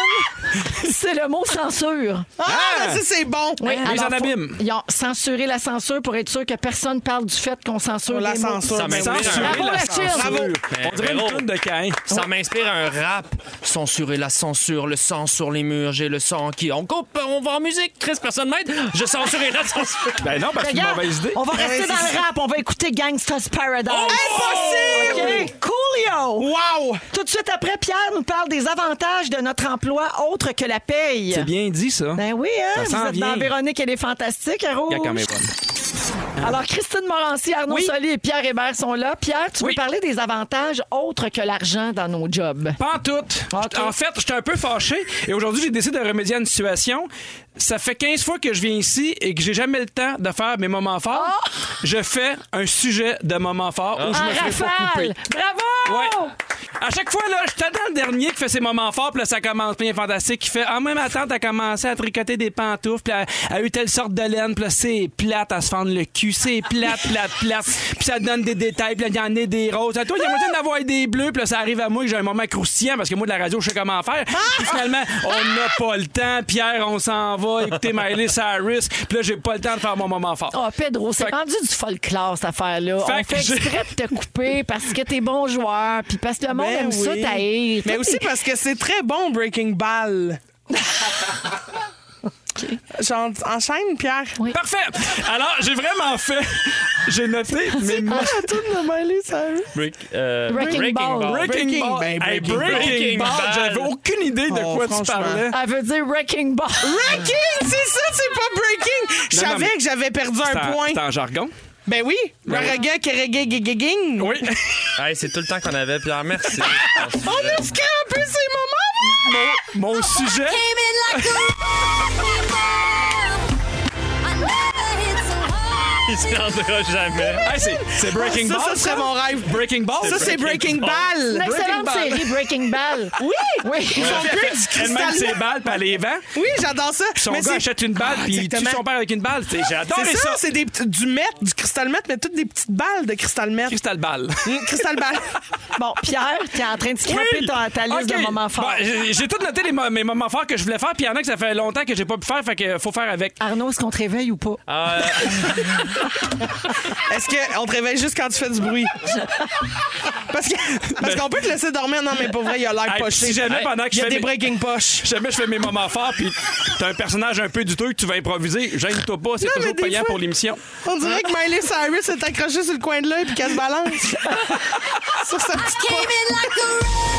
B: c'est le mot censure.
D: Ah, ben ça, c'est bon!
B: Oui,
C: Mise
B: alors,
C: en
B: faut-
C: abîme.
B: Ils ont censuré la censure pour être sûr que personne parle du fait qu'on censure
D: On la
B: les mots.
D: censure.
E: Ça
D: ben oui.
E: m'inspire
C: Censurer
E: un-
B: Bravo,
C: la
B: la
C: censure.
B: Chine.
D: Bravo.
C: On dirait une
E: Bravo.
C: toune de Caïn.
E: Ça m'inspire un rap. Censurer la censure, le sang sur les murs, j'ai le sang qui. On coupe, on va en musique, Chris, personne m'aide. Je censurerai la censure.
C: Ben non, parce que c'est une
B: Regarde,
C: mauvaise idée.
B: on va
D: Ah Ouais,
B: rester
D: c'est
B: dans le
D: ça. Oh,
B: rap. On va écouter Gangsta's Paradise.
D: Impossible!
B: OK, Coolio!
D: Wow!
B: Tout de suite après, Pierre nous parle des avantages de notre emploi autre que la paye.
C: C'est bien dit, ça.
B: Ben oui, hein?
C: Ça s'en
B: Vous êtes dans
C: vient.
B: Véronique, elle est fantastique, à Rouge.
C: Il y a quand même pas.
B: Alors, Christine Morancy, Arnaud
C: Oui.
B: Soli et Pierre Hébert sont là. Pierre, tu veux
C: Oui.
B: parler des avantages autres que l'argent dans nos jobs?
C: Pas en tout.
B: Ok.
C: En fait, j'étais un peu fâché et aujourd'hui, j'ai décidé de remédier à une situation. Ça fait 15 fois que je viens ici et que j'ai jamais le temps de faire mes moments forts. Je fais un sujet de moments forts où Ah, je
B: en
C: me fais pas couper.
B: rafale! Ah, Bravo!
C: Ouais. À chaque fois, là, j'étais dans le dernier qui fait ses moments forts, puis là, ça commence bien fantastique. Qui fait, ah, moi, ma tante a commencé à tricoter des pantoufles, puis elle, elle a eu telle sorte de laine, puis là, c'est plate à se fendre le cul, c'est plate, plate, plate. Puis ça donne des détails, puis là, il y en a des roses. À toi, il y a moyen d'avoir des bleus, puis là, ça arrive à moi que j'ai un moment croustillant, parce que moi, de la radio, je sais comment faire. Puis finalement, on n'a pas le temps. Pierre, on s'en va écouter Miley Cyrus, puis là, j'ai pas le temps de faire mon moment fort.
B: Ah, Pedro, c'est rendu du folklore, cette affaire-là.
C: Fait
B: On
C: que
B: fait
C: j'ai-
B: exprès de te couper parce que t'es bon joueur, puis parce que le monde
D: Ben
B: aime ça,
D: oui.
B: t'haïr.
D: Mais
B: Toi,
D: aussi
B: t'es-
D: parce que c'est très bon Breaking Ball. J'en- Enchaîne, Pierre.
B: Oui.
C: Parfait! Alors, j'ai vraiment fait. J'ai noté mes
D: Ah, tout de mêler, ça.
E: euh,
B: Wrecking Ball.
C: Breaking
D: Breaking
C: Ball.
D: Ball.
C: Hey,
D: Breaking
C: Breaking Ball.
E: Ball.
C: J'avais aucune idée de
D: Oh,
C: quoi tu
D: franchement.
C: parlais.
B: Elle veut dire Wrecking Ball.
D: Breaking! C'est ça, c'est pas breaking! Je
C: Non, non,
D: savais
C: mais-
D: que j'avais perdu
C: C'est
D: un
C: en-
D: point.
C: C'est en jargon?
D: Ben oui! Raraga, kerege, gegeging.
C: Oui.
E: Hey, c'est tout le temps qu'on avait, Pierre. Merci.
D: On a scrappé ces moments!
C: Mon sujet.
E: Il se rendra jamais.
C: Hey, c'est- c'est Breaking
D: Ça,
C: Ball.
D: ça serait mon rêve.
C: Breaking Ball.
D: Ça, c'est Breaking Ball.
B: Une
D: Breaking
B: excellente
D: Ball.
B: série, Breaking Ball.
D: Oui!
B: Oui.
D: Ils font plus du
C: Elle-même
D: cristal.
C: ses balles, puis elle les vend.
D: Oui, j'adore ça.
C: Son
D: Mais
C: gars
D: c'est-
C: achète une balle, puis il tue
D: Exactement.
C: son père avec une balle. C'est- J'ai adoré
D: C'est
C: ça.
D: ça, c'est des petits- du mètre, du cristal mètre, mais toutes des petites balles de cristal mètre.
C: Crystal Ball.
D: Hum, Cristal balle.
B: Bon, Pierre, tu es en train de scraper ta, ta liste
C: OK.
B: de moments forts.
C: Bon, j'ai- j'ai tout noté les mo- mes moments forts que je voulais faire, puis il y en a que ça fait longtemps que j'ai pas pu faire, fait que faut faire avec.
B: Arnaud, est-ce qu'on te réveille ou pas?
E: Ah, euh,
D: Est-ce qu'on te réveille juste quand tu fais du bruit? Parce que- parce qu'on peut te laisser dormir. Non, mais pour vrai, il a l'air
C: Ben- Hey,
D: poché.
C: si jamais
D: Hey,
C: pendant que
D: Il y
C: je
D: a
C: fais
D: des
C: mes-
D: breaking poches.
C: Jamais je fais mes moments forts, puis t'as un personnage un peu du truc que tu vas improviser. Gêne-toi pas, c'est
D: Non, mais
C: toujours
D: des
C: payant
D: fois-
C: pour l'émission.
D: On dirait que Miley Cyrus est accrochée sur le coin de l'œil puis qu'elle se balance. sur sa petite poche.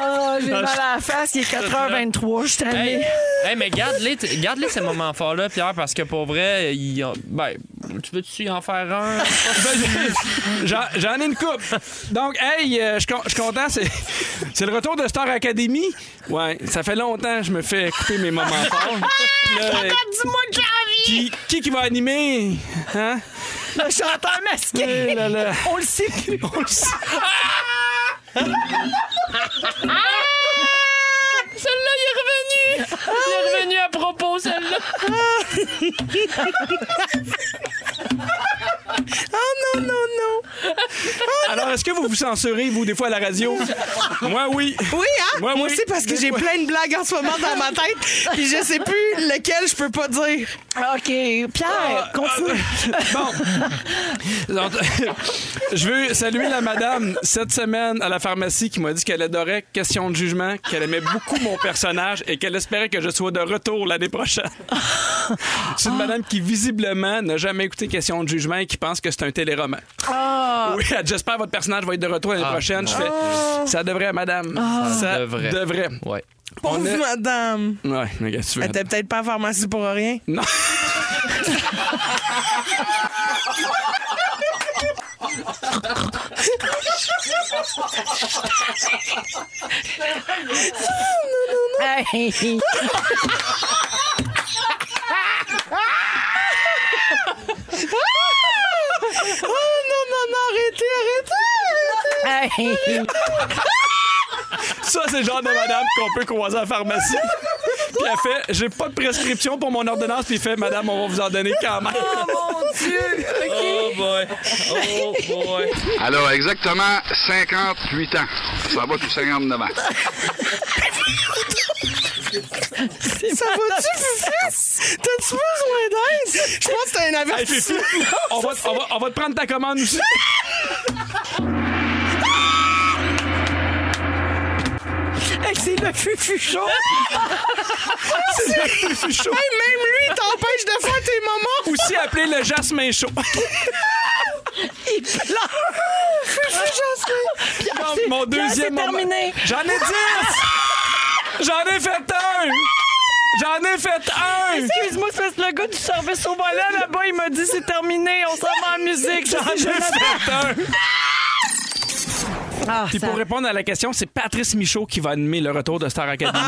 B: Ah, j'ai mal à la face, il est 4h23, je t'en
E: hey, hey, mais garde-les, t- garde-les ces moments forts-là, Pierre, parce que pour vrai, ils ont- ben, tu veux-tu en faire un?
C: J'en j'en ai une coupe. Donc, hey, euh, je suis con- je suis content. C'est c'est le retour de Star Academy. Ouais, ça fait longtemps que je me fais couper mes moments forts. Qui, qui qui va animer? Hein?
B: Le chanteur masqué.
C: Eh là là.
B: On le sait.
C: On le sait.
E: Celle-là, il est revenu! Il est revenu à propos, celle-là!
D: Oh non, non, non.
C: Alors, est-ce que vous vous censurez, vous, des fois, à la radio? Moi, oui.
D: Oui, hein?
C: Moi,
D: Moi
C: oui.
D: aussi, parce que j'ai plein de blagues en ce moment dans ma tête, puis je sais plus lequel je peux pas dire.
B: OK,
D: Ah.
B: Pierre, continue.
C: Bon. Donc, je veux saluer la madame cette semaine à la pharmacie qui m'a dit qu'elle adorait Question de jugement, qu'elle aimait beaucoup mon personnage et qu'elle espérait que je sois de retour l'année prochaine. C'est une madame qui, visiblement, n'a jamais écouté Question de jugement et qui pense que c'est un téléroman. Oui, elle dit, j'espère que votre personnage va être de retour l'année prochaine. Je fais, ça devrait, madame. Ça
E: devrait.
C: devrait.
E: Ouais.
D: Pauvre
C: On est-
D: madame.
C: Ouais, mais qu'est-ce que tu veux,
D: Elle était peut-être pas en pharmacie pour rien.
C: Non.
B: Hey.
D: Oh non, non, non, arrêtez, arrêtez!
B: Hey.
C: Ça, c'est le genre de madame qu'on peut croiser à la pharmacie. Puis elle fait J'ai pas de prescription pour mon ordonnance. Puis il fait Madame, on va vous en donner quand même.
E: Oh boy! Oh boy!
H: Elle a exactement 58 ans. Ça va tout 59 ans.
D: Ça va-tu, Fufu? T'as-tu besoin d'aide? Je pense que t'as un
C: Hey, Fifi,
D: avertissement.
C: on va, on, va, on va te prendre ta commande aussi.
B: Hey, C'est le fufu chaud.
C: Fifi chaud.
D: Hey, même lui, il t'empêche de faire tes moments.
C: Aussi appelé le jasmin chaud. Donc, mon deuxième
B: c'est
C: moment.
B: terminé.
C: J'en ai dix! J'en ai fait un! J'en ai fait un!
B: Excuse-moi, c'est parce que le gars du service au volant là-bas, il m'a dit c'est terminé, on s'en va en musique. Ça,
C: J'en ai
B: c'est Jonathan.
C: fait un!
B: Ah,
C: Puis
B: ça-
C: pour répondre à la question, c'est Patrice Michaud qui va animer le retour de Star
D: Ah,
C: Academy.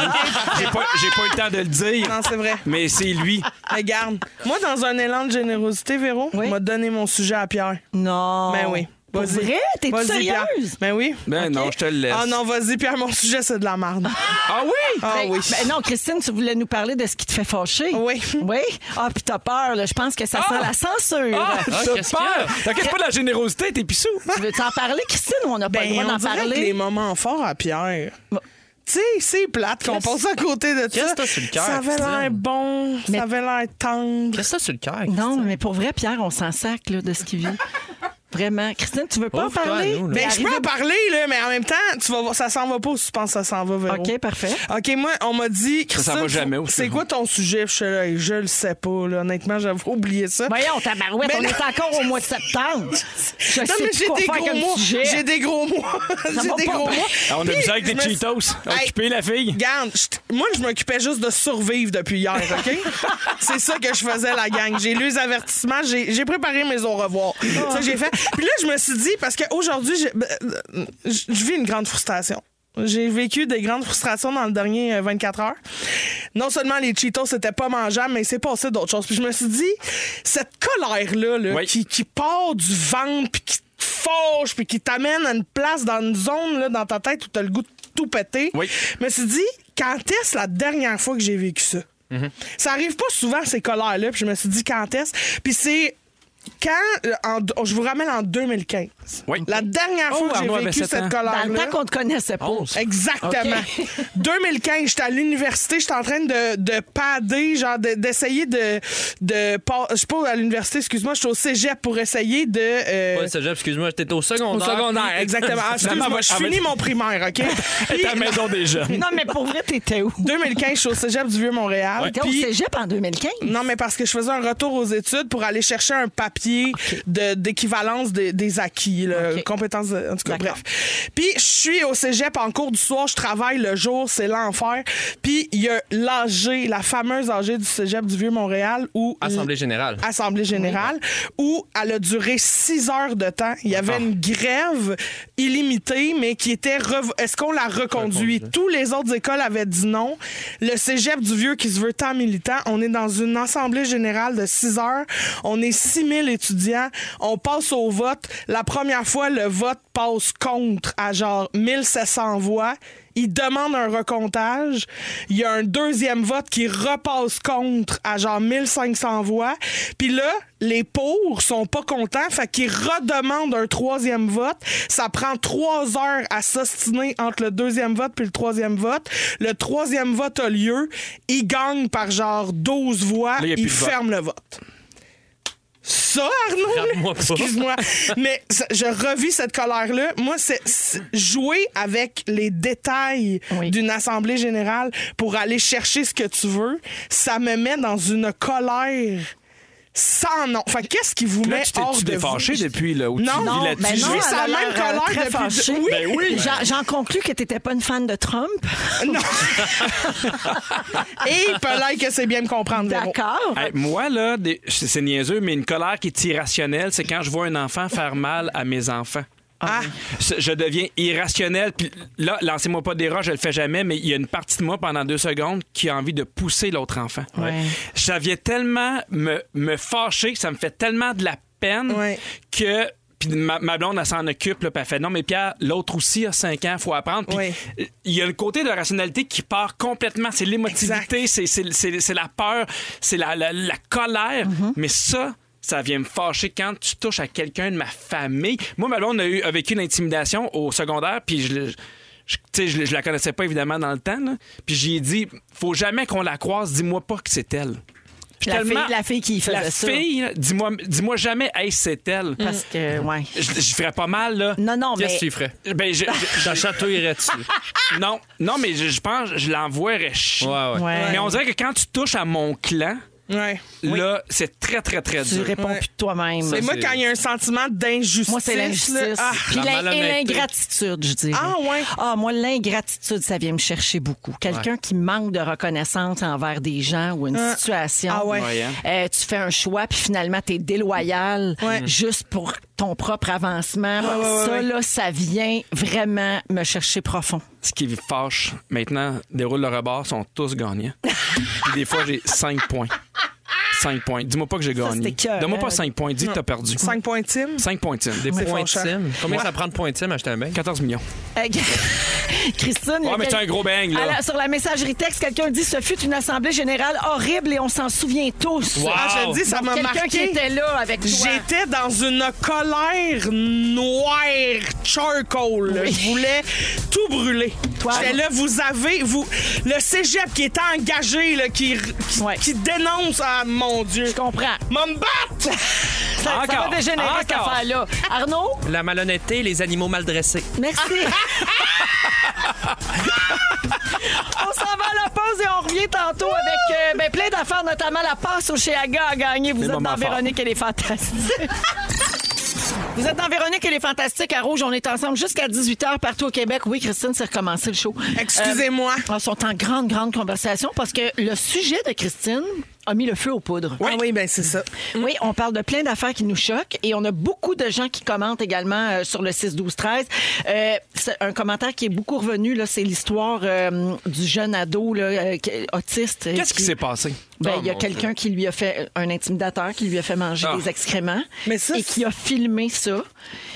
C: J'ai pas, j'ai pas eu le temps de le dire.
D: Non, c'est vrai.
C: Mais c'est lui.
D: Regarde, moi, dans un élan de générosité, Véro,
B: Oui.
D: m'a donné mon sujet à Pierre.
B: Non.
D: Ben oui.
B: Pour
D: Vas-y.
B: vrai? T'es-tu
D: Vas-y, Pierre.
B: sérieuse?
D: Ben oui.
C: Ben non, je te le laisse.
D: Ah non, vas-y, Pierre, mon sujet, c'est de la marde.
C: Ah oui?
D: Ah
B: Ben-
D: oui.
B: ben non, Christine, tu voulais nous parler de ce qui te fait fâcher.
D: Oui.
B: Oui. Ah, puis t'as peur, là. Je pense que ça sent
C: Ah!
B: la censure.
E: Ah, qu'est-ce qu'il y a?
C: Peur! T'inquiète pas de la générosité, t'es pissou.
D: Ah,
B: Tu veux t'en parler, Christine, ou on n'a pas
D: Ben,
B: le droit
D: on
B: d'en
D: dirait
B: parler?
D: que les moments forts à Pierre.
B: Bon.
D: Tu sais, c'est plate qu'on passe à côté de
E: Qu'est-ce
D: ça.
E: que t'as sur le cœur,
D: ça avait l'air
E: Christine?
D: bon,
B: Mais-
D: ça avait l'air tendre.
E: Qu'est-ce que t'as sur le cœur?
B: Non, mais pour vrai, Pierre, on s'en sac là, de ce qu'il vit. Vraiment. Christine, tu veux pas en
E: Ouvre-toi
B: parler?
E: à nous, là.
D: Ben,
B: T'es
D: je peux en
B: arrivée-
D: parler, là, mais en même temps, tu vas voir, ça s'en va pas si tu penses que ça s'en va, Véro.
B: OK, parfait.
D: OK, moi, on m'a dit,
C: Ça s'en va
D: Christine,
C: jamais, au
D: c'est
C: sujet.
D: quoi ton sujet? Puis Je, suis là, Hey, je le sais pas, là. honnêtement, j'avais oublié ça.
B: Voyons, tabarouette,
D: Mais
B: on
D: non.
B: est encore au mois de septembre. Je
D: Non,
B: sais
D: mais
B: plus
D: j'ai
B: quoi
D: des,
B: faire
D: gros
B: comme
D: mois.
B: sujet.
D: J'ai des gros mois.
B: va
D: J'ai des
B: pas
D: gros
B: bien.
D: mois.
C: Ah, on a
D: Puis,
C: vu ça avec des
D: je me suis-
C: Cheetos.
D: Hey,
C: Occupé la fille.
D: Garde, je- moi, je m'occupais juste de survivre depuis hier, OK? c'est ça que je faisais, la gang. J'ai lu les avertissements, j'ai j'ai préparé mes au revoir. Ça, j'ai fait. Puis là, je me suis dit, parce qu'aujourd'hui, j'ai- ben, euh, je je vis une grande frustration. J'ai vécu des grandes frustrations dans le dernier euh, 24 heures. Non seulement les Cheetos, c'était pas mangeable, mais c'est passé d'autres choses. Puis je me suis dit, cette colère-là, là,
C: Oui.
D: qui, qui part du ventre, puis qui te fauche, puis qui t'amène à une place dans une zone là, dans ta tête où t'as le goût de tout péter,
C: Oui.
D: je me suis dit, quand est-ce la dernière fois que j'ai vécu ça?
C: Mhm.
D: Ça arrive pas souvent, ces colères-là. Puis je me suis dit, quand est-ce? Puis c'est... Quand, euh, en- oh, je vous ramène en 2015.
C: Oui.
D: La dernière
C: Oh,
D: fois que j'ai
C: Arnaud avait
D: vécu
C: sept
D: cette
C: ans.
D: colère-là.
B: Dans le temps qu'on te connaissait pas.
C: Oh.
D: Exactement. 2015, j'étais à l'université, j'étais en train de, de pader, genre de- d'essayer de, de, pas- Je suis pas à l'université, excuse-moi, je suis au cégep pour essayer de. euh,
E: Pas le cégep, excuse-moi, j'étais au secondaire.
C: Au secondaire.
D: Exactement. Ah, excuse-moi, je finis mon primaire, OK? Puis,
C: Ta maison des jeunes.
B: Non, mais pour vrai, t'étais où?
D: 2015, je suis au cégep du Vieux-Montréal.
B: T'étais
D: Puis-
B: au cégep en 2015?
D: non, mais parce que je faisais un retour aux études pour aller chercher un papier de- d'équivalence des- des acquis, là,
B: OK.
D: compétences, de- en tout cas,
B: D'accord.
D: bref. Puis je suis au cégep en cours du soir, je travaille le jour, c'est l'enfer. Puis il y a l'AG, la fameuse AG du cégep du Vieux-Montréal où...
E: Assemblée générale.
D: Assemblée générale, où elle a duré six heures de temps. Il y avait une grève illimitée, mais qui était... rev- Est-ce qu'on la reconduit? Tous les autres écoles avaient dit non. Le cégep du Vieux qui se veut tant militant, on est dans une assemblée générale de six heures. On est 6000 étudiants. On passe au vote. La première fois, le vote passe contre à genre 1700 voix. Il demande un recomptage. Il y a un deuxième vote qui repasse contre à genre 1500 voix. Puis là, les pour sont pas contents, fait qu'ils redemandent un troisième vote. Ça prend trois heures à s'ostiner entre le deuxième vote puis le troisième vote. Le troisième vote a lieu. Ils gagnent par genre 12 voix.
C: Là, y a plus
D: Ils
C: de vote.
D: ferment le vote. Ça, Arnaud, là,
E: Frappe-moi pas.
D: excuse-moi, mais ça- je revis cette colère-là. Moi, c'est c'est jouer avec les détails
B: Oui.
D: d'une assemblée générale pour aller chercher ce que tu veux. Ça me met dans une colère sans nom. Fait que qu'est-ce qui vous
C: Là,
D: met
C: tu
D: hors
C: t'es-tu
D: de vous?
C: défâché depuis, là, où
D: Non,
C: tu vis
D: non,
C: là-dessus?
D: ben non,
C: Juste-
D: ça
B: elle a
D: même
B: l'air,
D: colère
B: euh, très
D: depuis-
B: fâchée.
D: Oui.
C: Ben oui.
B: J'en- J'en conclus que t'étais pas une fan de Trump.
D: Non. Et Eh, peut-être que c'est bien me comprendre. Véro.
B: D'accord.
C: Hey, moi, là, des- c'est c'est niaiseux, mais une colère qui est irrationnelle, c'est quand je vois un enfant faire mal à mes enfants.
D: Ah,
C: C'est- Je deviens irrationnel. Puis là, lancez-moi pas des roches, je le fais jamais, mais il y a une partie de moi pendant deux secondes qui a envie de pousser l'autre enfant. Ça vient tellement me, me fâcher, ça me fait tellement de la peine
D: Ouais.
C: que. Puis ma, ma blonde, elle s'en occupe, là, puis elle fait non, mais Pierre, l'autre aussi a 5 ans, faut apprendre. Puis
D: Ouais.
C: euh, il y a le côté de la rationalité qui part complètement. C'est l'émotivité, c'est- c'est c'est- c'est la peur, c'est la, la- la colère.
B: Mm-hmm.
C: Mais ça, ça vient me fâcher quand tu touches à quelqu'un de ma famille. Moi, ma blonde a, eu, a vécu une intimidation au secondaire, puis je, le- je, tu sais, je, le- je la connaissais pas évidemment dans le temps. là. Puis j'ai dit, faut jamais qu'on la croise, dis-moi pas que c'est elle. Puis
B: La
C: tellement-
B: fille- la fille qui faisait
C: la
B: ça.
C: fille, là, dis-moi dis-moi jamais, hey, c'est elle.
B: Parce que, ouais.
C: Je, je ferais pas mal, là.
B: Non, non,
E: Qu'est-ce
B: mais.
E: que tu y ferais?
C: Ben, je- je-
E: T'en chatouillerais-tu?
C: non, non, mais je, je pense que je l'envoierais chier.
E: ouais, ouais.
B: Ouais.
C: Mais on dirait que quand tu touches à mon clan,
D: ouais.
C: là, c'est très, très, très
B: tu
C: dur.
B: réponds
D: Ouais.
B: plus de toi-même.
D: Et moi,
E: c'est-
D: quand il y a un sentiment d'injustice.
B: Moi, c'est
D: là,
B: l'injustice.
D: ah,
B: Puis
E: La
B: l'in- et
E: malhonnêteté.
B: l'ingratitude, je dirais.
D: Ah, ouais.
B: Ah, moi, l'ingratitude, ça vient me chercher beaucoup. Quelqu'un qui manque de reconnaissance envers des gens ou une
D: Ah.
B: situation.
D: Ah ouais.
C: Ouais, hein.
B: Euh, tu fais un choix, puis finalement, tu es déloyal
D: Ouais.
B: juste pour ton propre avancement.
D: ouais,
B: ça,
D: ouais.
B: là, ça vient vraiment me chercher profond.
C: Ce qui fâche, maintenant, déroule le rebord, sont tous gagnants. Puis des fois, j'ai 5 points. 5 points. Dis-moi pas que j'ai
B: c'était
C: gagné.
B: écœurant.
C: Donne-moi pas 5 points. Dis que t'as perdu.
D: 5 points Tim.
C: 5 points, Tim.
E: Des
D: C'est
E: points de
D: fâchant.
E: cime. Combien ça prend de points de cime acheter un bain?
C: 14 millions.
B: Euh, Christine, il y a
C: Ouais, mais
B: quel-
C: c'est un gros bang, là.
B: À la- sur la messagerie texte, quelqu'un dit ce fut une assemblée générale horrible et on s'en souvient tous.
D: Ah, je te dis, ça
B: Donc,
D: m'a
B: Quelqu'un
D: marqué.
B: qui était là avec toi.
D: J'étais dans une colère noire charcoal. là. Je voulais tout brûler.
B: Toi,
D: J'étais là, vous avez, vous, le cégep qui est engagé, là, qui, qui,
B: Ouais.
D: qui dénonce, ah mon Dieu.
B: Je comprends.
D: M'en battre!
B: Ça, ça
C: Encore.
B: va dégénérer cette
C: Encore.
B: affaire-là. Arnaud,
E: La malhonnêteté et les animaux mal dressés.
B: merci. on s'en va à la pause et on revient tantôt avec euh, ben, plein d'affaires, notamment la passe au Cheaga à gagner. Vous
C: Les
B: êtes
C: moments
B: dans Véronique et les Fantastiques. Vous êtes dans Véronique et les Fantastiques à Rouge. On est ensemble jusqu'à 18h partout au Québec. Oui, Christine, c'est recommencé le show.
D: Excusez-moi.
B: Euh, ils sont en grande, grande conversation parce que le sujet de Christine a a mis le feu aux poudres.
D: Oui, oui ben c'est ça.
B: Oui, on parle de plein d'affaires qui nous choquent et on a beaucoup de gens qui commentent également euh, sur le 6 12 13. Euh, c'est un commentaire qui est beaucoup revenu là, c'est l'histoire euh, du jeune ado là, euh, qui- autiste. euh,
C: Qu'est-ce qui s'est passé?
B: ben,
C: Oh,
B: il y a
C: mon
B: quelqu'un qui lui a fait euh, un intimidateur, qui lui a fait manger
C: Ah.
B: des excréments
D: Mais ça,
B: et qui a filmé ça.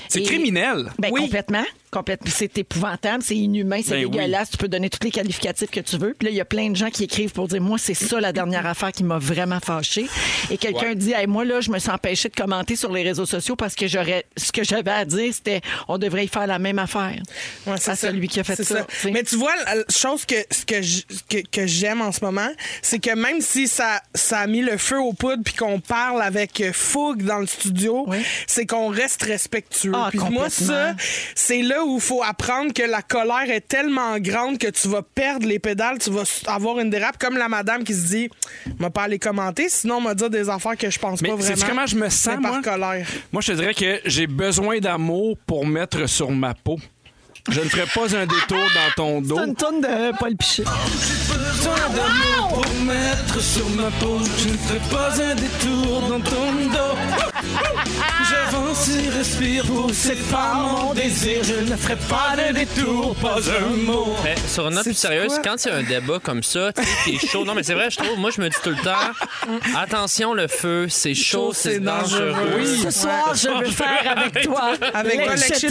C: C'est
B: Et-
C: criminel.
B: Ben, complètement. Complètement. C'est épouvantable, c'est inhumain, c'est
C: Ben oui.
B: dégueulasse. Tu peux donner tous les qualificatifs que tu veux. Puis là, il y a plein de gens qui écrivent pour dire Moi, c'est ça la dernière affaire qui m'a vraiment fâchée. Et quelqu'un dit Hey, Moi, là, je me suis empêché de commenter sur les réseaux sociaux parce que j'aurais ce que j'avais à dire, c'était On devrait y faire la même affaire
D: Ouais, c'est
B: à
D: ça.
B: celui qui a fait
D: C'est
B: ça. tu sais.
D: Mais tu vois, la la chose que, ce que, j- que, que j'aime en ce moment, c'est que même si ça, ça a mis le feu aux poudres puis qu'on parle avec euh, fougue dans le studio,
B: Oui.
D: c'est qu'on reste respectueux.
B: Ah,
D: puis moi, ça,
B: complètement.
D: c'est là où il faut apprendre que la colère est tellement grande que tu vas perdre les pédales, tu vas s- avoir une dérape, comme la madame qui se dit m'a pas aller commenter, sinon m'a dire des affaires que je pense
C: Mais
D: pas
C: sais-tu
D: vraiment.
C: comment je me sens,
D: mais par
C: moi?
D: colère.
C: Moi, je te dirais que j'ai besoin d'amour pour mettre sur ma peau. Je ne ferai pas un détour dans ton dos.
B: C'est une tonne de euh, Paul Piché.
C: pour mettre sur ma peau. Je ne ferai pas un détour dans ton dos. J'avance et respire pour séparer mon désir. Je ne ferai pas de détour, pas un mot.
E: Mais Euh, sur une note plus sérieuse,
D: quoi?
E: quand il y a un débat comme ça, tu sais, c'est chaud. Non, mais c'est vrai, je trouve. Moi, je me dis tout le temps, attention, le feu, c'est chaud, c'est dangereux.
B: Ce soir, je veux faire avec toi.
D: Avec Paul, etc.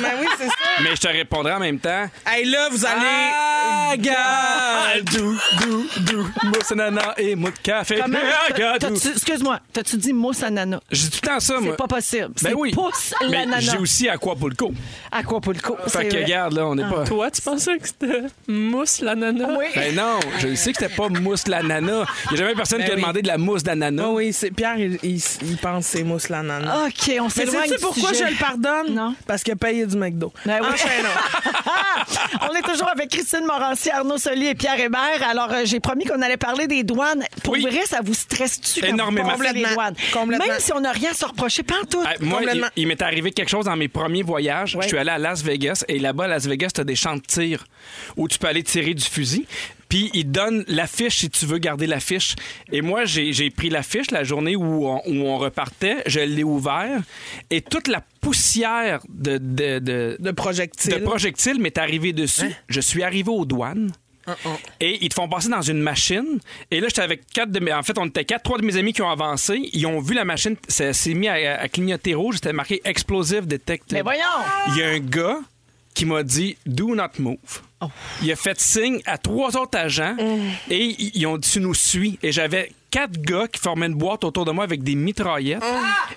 D: Mais oui, c'est ça.
C: Mais je te répondrai en même temps.
D: Hey, là, vous allez.
B: Ah,
C: Aga, dou, dou, dou, mousse nana et mou de café.
B: Comment-
C: Aga, dou.
B: t'as-tu- Excuse-moi, t'as-tu dit mousse ananas?
C: J'ai tout le temps ça, moi.
B: C'est pas possible.
C: Ben
B: C'est
C: oui.
B: pousse
C: Mais
B: l'ananas.
C: j'ai aussi Aquapulco.
B: Aquapulco.
C: Fait
B: c'est
C: que
B: vrai. Ah.
C: regarde, là, on n'est pas.
E: Toi, tu pensais que c'était mousse l'ananas?
B: Oui.
C: Ben non, je sais que c'était pas mousse l'ananas. Il y a jamais personne
E: Ben
C: qui a
D: oui.
C: demandé de la mousse d'ananas.
D: Ah oui, c'est Pierre, il, il- il pense c'est mousse l'ananas.
B: OK, on
D: Mais
B: s'éloigne
D: sais-tu
B: Oh, du
D: pourquoi
B: sujet.
D: je le Ah, pardonne?
B: Non.
D: Parce que payer du McDo.
B: Ben oui.
D: Enchaînons.
B: on est toujours avec Christine Morancy, Arnaud Soli et Pierre Hébert. Alors, euh, j'ai promis qu'on allait parler des douanes. Pour
C: Oui.
B: vrai, ça vous stresse-tu quand vous
C: Énormément.
B: passez les
D: Complètement.
B: douanes?
D: Complètement.
B: Même si on n'a rien à se reprocher, pas en tout.
C: Ah, moi,
D: Complètement.
C: il, il m'est arrivé quelque chose dans mes premiers voyages. Je suis allé à Las Vegas et là-bas, à Las Vegas, t'as des champs de tir où tu peux aller tirer du fusil. Puis ils te donnent l'affiche si tu veux garder l'affiche. Et moi, j'ai j'ai pris l'affiche la journée où on, où on repartait. Je l'ai ouvert et toute la poussière de, de, de,
D: De projectiles.
C: de projectile m'est arrivé dessus. Je suis arrivé aux douanes. Et ils te font passer dans une machine. Et là, j'étais avec quatre de mes. En fait, on était quatre, trois de mes amis qui ont avancé. Ils ont vu la machine. Ça s'est mis à, à clignoter rouge. C'était marqué Explosive Detected.
B: Mais voyons!
D: Ah.
C: Il y a un gars qui m'a dit Do not move. Il a fait signe à trois autres agents et i- ils ont dit Tu nous suis. Et j'avais quatre gars qui formaient une boîte autour de moi avec des mitraillettes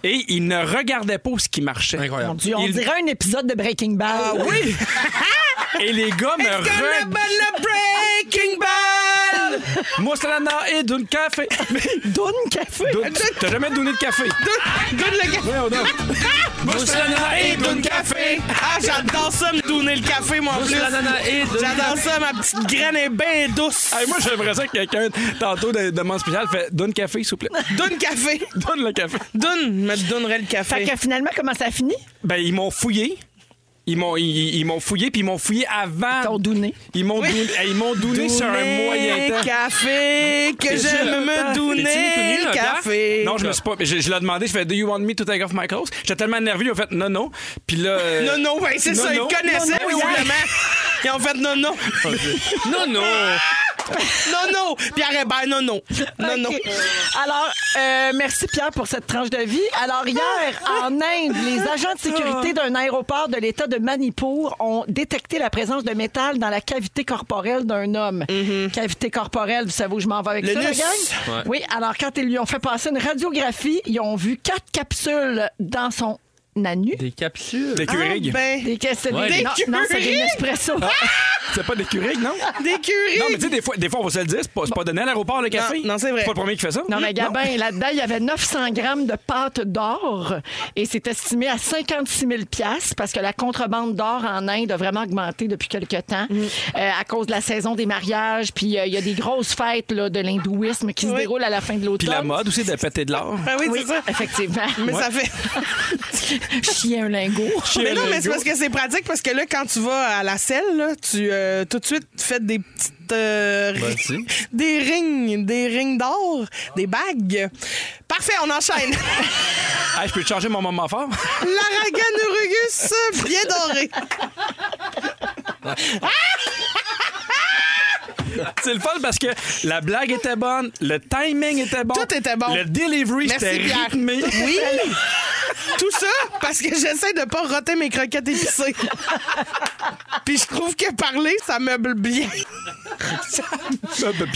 C: et ils ne regardaient pas ce qui marchait.
B: Mon
E: Incroyable.
B: Dieu, on
C: Il-
B: dirait un épisode de Breaking Bad.
D: Ah
C: Oui! Et les gars me
D: Gonna
C: regardent.
D: burn the breaking ball!
C: Moi, c'est la et donne café. Mais
B: Donne café.
C: donne- T'as jamais donné de café.
D: Donne le café.
C: Voyons donc. Moi, c'est la et donne café.
D: Ah, j'adore ça, me donner le café, moi, en plus. J'adore ça, ma petite graine est bien douce.
C: Hey, moi, j'aimerais ça que quelqu'un, tantôt, de- demande spécial, fait donne café, s'il vous plaît.
D: Donne Euh, café.
C: Donne le café.
D: Donne, me donnerait le café.
B: Fait que finalement, comment ça a fini?
C: Ben, ils m'ont fouillé. Ils m'ont ils, ils m'ont fouillé, puis ils m'ont fouillé avant.
D: Ah.
B: Ils t'ont douné.
C: Ils m'ont douné, hey, ils m'ont douné sur un moyen temps.
D: café, que j'aime me donner
E: T'es-tu
D: le
E: venu,
D: café.
C: Non, je me suis pas. Je, je l'ai demandé, je fais Do you want me to take off my clothes? J'étais tellement nerveux, ils ont fait non, non. Puis là. euh,
D: Non, non, ben, c'est
C: Non,
D: ça,
C: non.
D: ils connaissaient
C: Non, non, oui.
D: probablement. Ils ont fait non, non.
E: Non, non!
D: Ah, Non, non. Pierre Hébert, non, non. Non, non.
B: OK. Alors, euh, merci Pierre pour cette tranche de vie. Alors, hier,
D: Ah.
B: en Inde, les agents de sécurité d'un aéroport de l'État de Manipur ont détecté la présence de métal dans la cavité corporelle d'un homme. Cavité corporelle, vous savez où je m'en vais avec
D: Mhm. Le
B: ça, la
D: nus.
B: gang? Oui, alors quand ils lui ont fait passer une radiographie, ils ont vu quatre capsules dans son anus.
E: Des capsules.
C: Des
D: Ah,
C: Keurig.
D: ben,
B: Des, c'est des-
E: Ouais, des
B: non, non, c'est des
D: curés.
B: Nespresso.
C: C'est pas des Keurig, non?
D: des curés.
C: Non, mais tu sais, des fois, des fois, on va se le dire, c'est pas, c'est pas donné à l'aéroport le café.
D: non, c'est vrai.
C: pas le premier qui fait ça.
B: Non, mais Gabin, là-dedans, il y avait 900 grammes de pâte d'or et c'est estimé à 56 000 piastres parce que la contrebande d'or en Inde a vraiment augmenté depuis quelque temps euh, à cause de la saison des mariages. Puis euh, il y a des grosses fêtes là, de l'hindouisme qui se déroulent à la fin de l'automne.
C: Puis la mode aussi de péter de l'or.
D: Ah oui,
B: Oui,
D: c'est ça.
B: effectivement.
D: Mais ça fait.
B: Chien un lingot.
D: Mais non, mais c'est parce que c'est pratique parce que là, quand tu vas à la selle, là, tu euh, tout de suite fais des petites euh,
C: Ben,
E: Vas-y.
D: des rings, des rings d'or, des bagues. Parfait, on enchaîne.
C: Hey, je peux te changer mon moment fort?
D: L'Araganurugus bien doré.
C: C'est le fun parce que la blague était bonne, le timing était bon.
D: Tout était bon.
C: Le delivery,
D: Merci,
C: c'était
D: Pierre.
C: rythmé.
D: Oui. Tout ça parce que j'essaie de pas roter mes croquettes épicées. Puis je trouve que parler, ça meuble bien.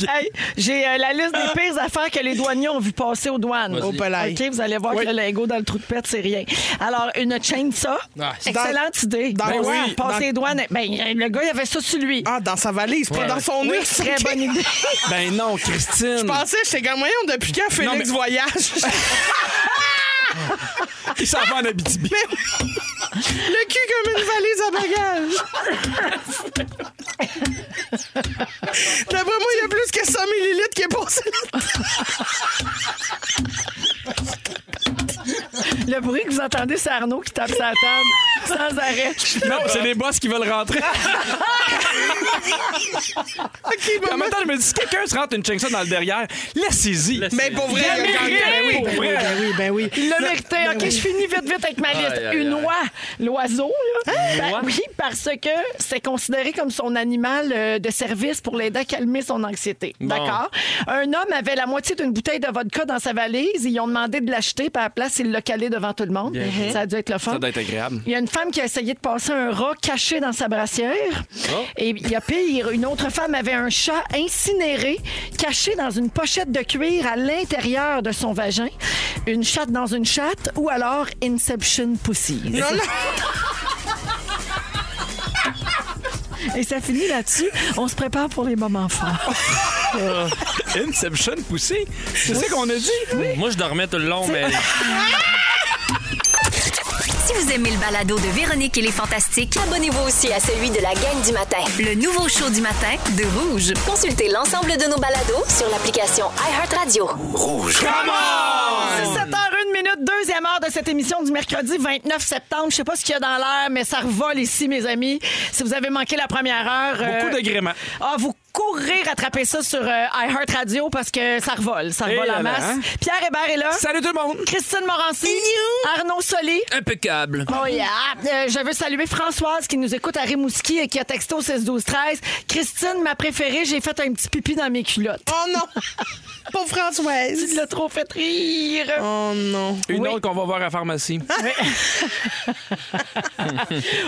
B: Hey, j'ai euh, la liste
D: Ah!
B: des pires affaires que les douaniers ont vu passer aux douanes.
D: Au palais.
B: OK, vous allez voir que le lingot dans le trou de pète, c'est rien. Alors, une chainsaw.
E: Ah, c'est-
B: Excellente idée.
D: dans-
B: Passer-
D: oui,
B: passer
D: dans-
B: les douanes. Ben, le gars, il avait ça sur lui.
D: Ah, dans sa valise, pas dans son
B: Oui,
D: urne.
B: très bonne idée.
C: Ben non, Christine.
D: Je pensais, j'étais comme, voyons, depuis quand Félix
C: mais-
D: voyage?
C: Il s'en va en Abitibi.
D: Le cul comme une valise à bagages. D'après moi, il y a plus que 100 millilitres qui est passé.
B: Le bruit que vous entendez, c'est Arnaud qui tape sa table sans arrêt.
C: Non, c'est les boss qui veulent rentrer.
D: OK,
C: en même temps, je me dis, si quelqu'un se rentre une chainsaw dans le derrière, laissez-y.
D: Mais pour vrai,
C: Il a
D: il a
C: mérité,
D: gagné.
C: pour
D: Ben oui,
C: vrai.
D: ben oui, ben oui.
B: Il l'a mérité. OK, je finis vite, vite avec ma liste.
E: Aïe, aïe,
B: Une
E: aïe.
B: oie, l'oiseau. là.
D: Hein?
B: Ben
E: oie?
B: oui, parce que c'est considéré comme son animal euh, de service pour l'aider à calmer son anxiété. D'accord? Un homme avait la moitié d'une bouteille de vodka dans sa valise. Ils lui ont demandé de l'acheter, puis à la place, il l'a calé devant tout le monde. Ça a dû être le fun.
C: Ça doit être agréable.
B: Il y a une femme qui a essayé de passer un rat caché dans sa brassière. Et il y a pire, une autre femme avait un chat incinéré caché dans une pochette de cuir à l'intérieur de son vagin. Une chatte dans une chatte ou alors Inception Pussy.
D: Non, non.
B: Et ça finit là-dessus. On se prépare pour les moments forts.
C: Inception poussée. C'est ça qu'on a dit?
E: Moi, je dormais tout le long, mais
A: Si vous aimez le balado de Véronique et les Fantastiques,
I: Abonnez-vous aussi à celui de la gang du matin.
A: le nouveau show du matin de Rouge.
I: Consultez l'ensemble de nos balados sur l'application iHeartRadio.
J: Rouge.
B: 17h01 minute, deuxième heure de cette émission du mercredi 29 septembre. Je sais pas ce qu'il y a dans l'air, mais ça revole ici, mes amis. Si vous avez manqué la première heure. euh,
C: Beaucoup d'agréments.
B: Ah, vous courez rattraper ça sur euh, iHeartRadio parce que ça revole, ça
C: Et
B: revole
C: là
B: en
C: là,
B: masse.
C: hein?
B: Pierre Hébert est là.
C: Salut tout le monde!
B: Christine Morancy. Arnaud Solé.
E: impeccable.
B: Oh yeah. Euh, je veux saluer Françoise qui nous écoute à Rimouski et qui a texté au 16-12-13. Christine, ma préférée, j'ai fait un petit pipi dans mes culottes.
D: Oh non. Pas
B: Tu
D: Françoise.
B: l'as trop fait rire.
D: Oh non.
C: Une
B: Oui.
C: autre qu'on va voir à la pharmacie.
D: Ah,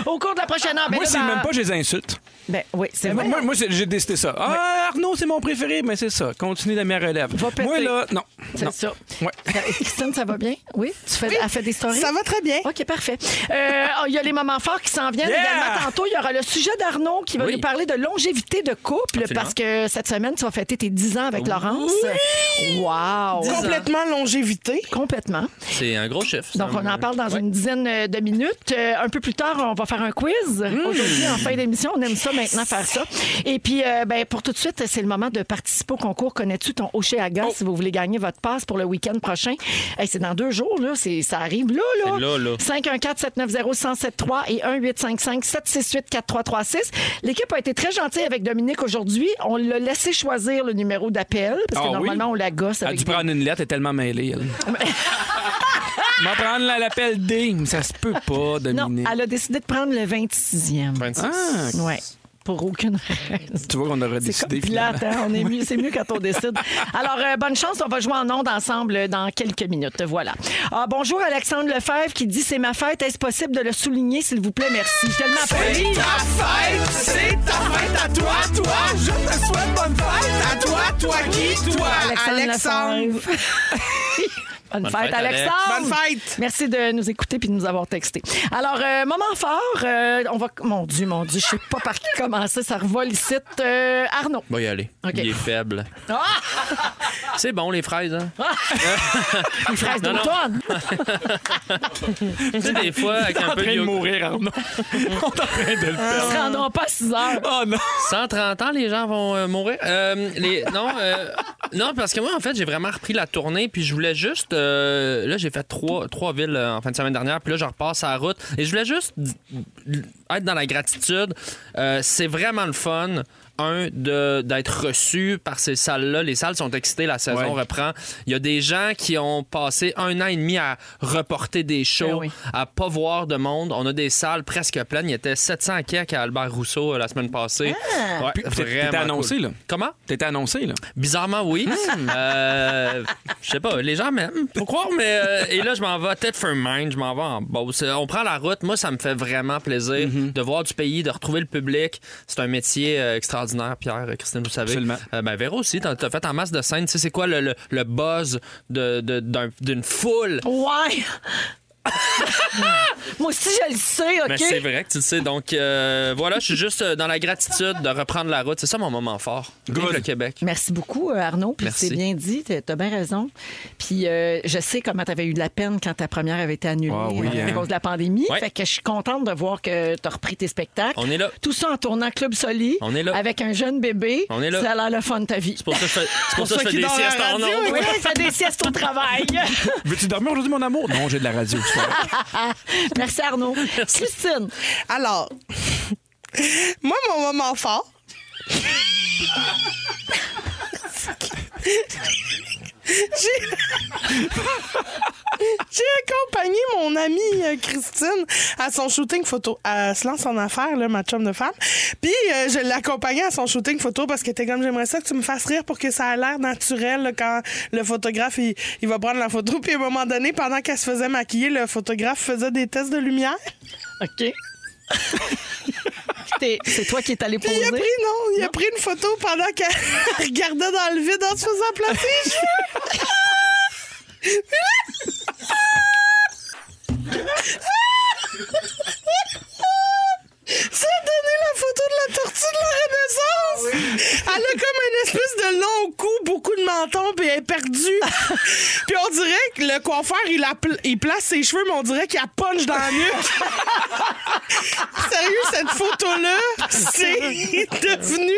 B: Au cours de la prochaine heure. ben
C: moi,
B: là,
C: c'est
B: dans-
C: même pas, je les insulte.
B: Ben oui, c'est vrai.
C: Eh, Moi, moi, c'est- j'ai décidé ça. Ah, Arnaud, c'est mon préféré, mais c'est ça. Continue la meilleure relève.
B: Va péter.
C: Moi, là, non. Non.
B: C'est ça.
C: Ouais.
B: Christine, ça va bien? Oui? Tu fais, Elle fait des stories?
D: Ça va très bien.
B: OK, parfait. Euh, oh, Il y a les moments forts qui s'en viennent
C: Yeah!
B: également. Tantôt, il y aura le sujet d'Arnaud qui va
E: Oui.
B: nous parler de longévité de couple
E: Absolument.
B: parce que cette semaine, tu vas fêter tes 10 ans avec Laurence. Wow!
D: Complètement longévité.
B: Complètement.
E: C'est un gros chiffre.
B: Donc,
E: ça.
B: on en parle dans
E: Ouais.
B: une dizaine euh, de minutes. Euh, un peu plus tard, on va faire un quiz.
C: Mm.
B: Aujourd'hui, en fin d'émission, on aime ça maintenant faire ça. Et puis, euh, ben, pour tout de suite, c'est le moment de participer au concours Connais-tu ton Oceaga
C: Oh.
B: si vous voulez gagner votre passe pour le week-end prochain? Hey, c'est dans deux jours, là. C'est- Ça arrive là, là.
E: C'est là, là.
B: 514-790-1073 et 1855-768-4336. L'équipe a été très gentille avec Dominique aujourd'hui. On l'a laissé choisir le numéro d'appel parce que
C: Ah oui?
B: normalement, on la gosse
C: Elle a
B: avec
C: dû prendre une lettre, elle est tellement mêlée. Elle. va prendre la- l'appel D, mais ça se peut pas,
B: Non,
C: Dominique.
B: elle a décidé de prendre le 26e.
E: 26.
C: Ah,
B: Ouais. Pour aucune raison.
C: tu vois qu'on aurait
B: C'est comme
C: décidé. finalement.
B: plate, hein? On est mieux, c'est mieux quand on décide. Alors, euh, bonne chance, on va jouer en ondes ensemble euh, dans quelques minutes. Voilà. Ah, bonjour Alexandre Lefebvre qui dit c'est ma fête. Est-ce possible de le souligner, s'il vous plaît? Merci. Tellement poli.
D: fête, c'est ta fête à toi, toi. Je te souhaite bonne fête à toi, toi qui, toi, Alexandre.
B: Lefebvre. Bonne,
E: Bonne
B: fête,
E: fête, Alex.
B: Alexandre.
D: Bonne fête.
B: Merci de nous écouter puis de nous avoir texté. Alors, euh, moment fort, euh, on va. Mon Dieu, mon Dieu, je sais pas par qui commencer, ça revole ici. Euh, Arnaud.
E: On va y aller.
B: OK.
E: Il est faible.
B: Ah!
E: C'est bon, les fraises, hein?
B: Les fraises
E: Non, non.
B: d'automne.
E: tu sais, des fois, avec
C: T'es en
E: un peu de
C: train de
E: yogourt.
C: mourir, Arnaud. On est en train de le
B: Ils
C: perdre.
B: se rendront pas à 6 heures.
C: Oh non!
E: 130 ans, les gens vont euh, mourir. Euh, les- non, euh, non, parce que moi, en fait, j'ai vraiment repris la tournée, puis je voulais juste. euh, là, j'ai fait trois, trois villes euh, en fin de semaine dernière, puis là, je repasse à la route. Et je voulais juste d- être dans la gratitude. Euh, c'est vraiment le fun. un, de- d'être reçu par ces salles-là. Les salles sont excitées, la saison
C: Ouais.
E: reprend. Il y a des gens qui ont passé un an et demi à reporter des shows, à pas voir de monde. On a des salles presque pleines. Il y était 700 à quelques à Albert Rousseau euh, la semaine passée. Ouais,
C: Puis, t'es-
E: vraiment
C: t'étais annoncé,
E: cool.
C: là.
E: Comment?
C: T'étais annoncé, là.
E: Bizarrement, oui. Euh, je sais pas, les gens m'aiment, faut croire, mais. euh, et là, je m'en vais tête for mind, je m'en vais en bosse. On prend la route. Moi, ça me fait vraiment plaisir de voir du pays, de retrouver le public. C'est un métier euh, extraordinaire, Pierre, euh, Christine, vous savez.
C: Absolument.
E: Euh, ben, Véro aussi, t'as t'as fait en masse de scènes. Tu sais, c'est quoi le, le- le buzz de- de- d'un- d'une foule?
B: Ouais! Moi aussi, je le sais, OK?
E: Mais Ben, c'est vrai que tu le sais. Donc, euh, voilà, je suis juste euh, dans la gratitude de reprendre la route. C'est ça mon moment fort. Vive le Québec.
B: Merci beaucoup, euh, Arnaud. Puis
E: Merci.
B: C'est bien dit, t'as t'as bien raison. Puis euh, je sais comment t'avais eu de la peine quand ta première avait été annulée
C: Ah oui,
B: euh, à
C: hein.
B: cause de la pandémie.
E: Ouais.
B: Fait que je suis contente de voir que t'as repris tes spectacles.
E: On est là.
B: Tout ça en tournant Club Soli.
E: On est là.
B: Avec un jeune bébé.
E: On est là.
B: Ça a l'air le fun de ta vie.
E: C'est pour ça que je fais, c'est pour ça que je fais
D: qu'il
E: des
D: dort à la
E: siestes en
D: radio,
E: ondes.
B: Oui, fais des siestes au travail.
C: Veux-tu dormir aujourd'hui, mon amour? Non, j'ai de la radio. c'est pas vrai.
B: Merci, Arnaud. Christine.
D: Alors, moi, mon moment fort. J'ai J'ai accompagné mon amie euh, Christine à son shooting photo. Elle se lance en affaires, là, ma chum de femme. Puis euh, je l'ai accompagnée à son shooting photo parce qu'elle était comme j'aimerais ça que tu me fasses rire pour que ça a l'air naturel là, quand le photographe il, il va prendre la photo. Puis à un moment donné, pendant qu'elle se faisait maquiller, le photographe faisait des tests de lumière.
B: OK. T'es- c'est toi qui es allé
D: Il a
B: poser.
D: pris, non, il a pris une photo pendant qu'elle regardait dans le vide en se faisant placer les cheveux. Ça a donné la photo de la tortue de la Renaissance. Elle a comme une espèce de long cou, beaucoup de menton, puis elle est perdue. puis on dirait que le coiffeur, il, la pl- il place ses cheveux, mais on dirait qu'il la punch dans la nuque. Sérieux, cette photo-là, c'est devenu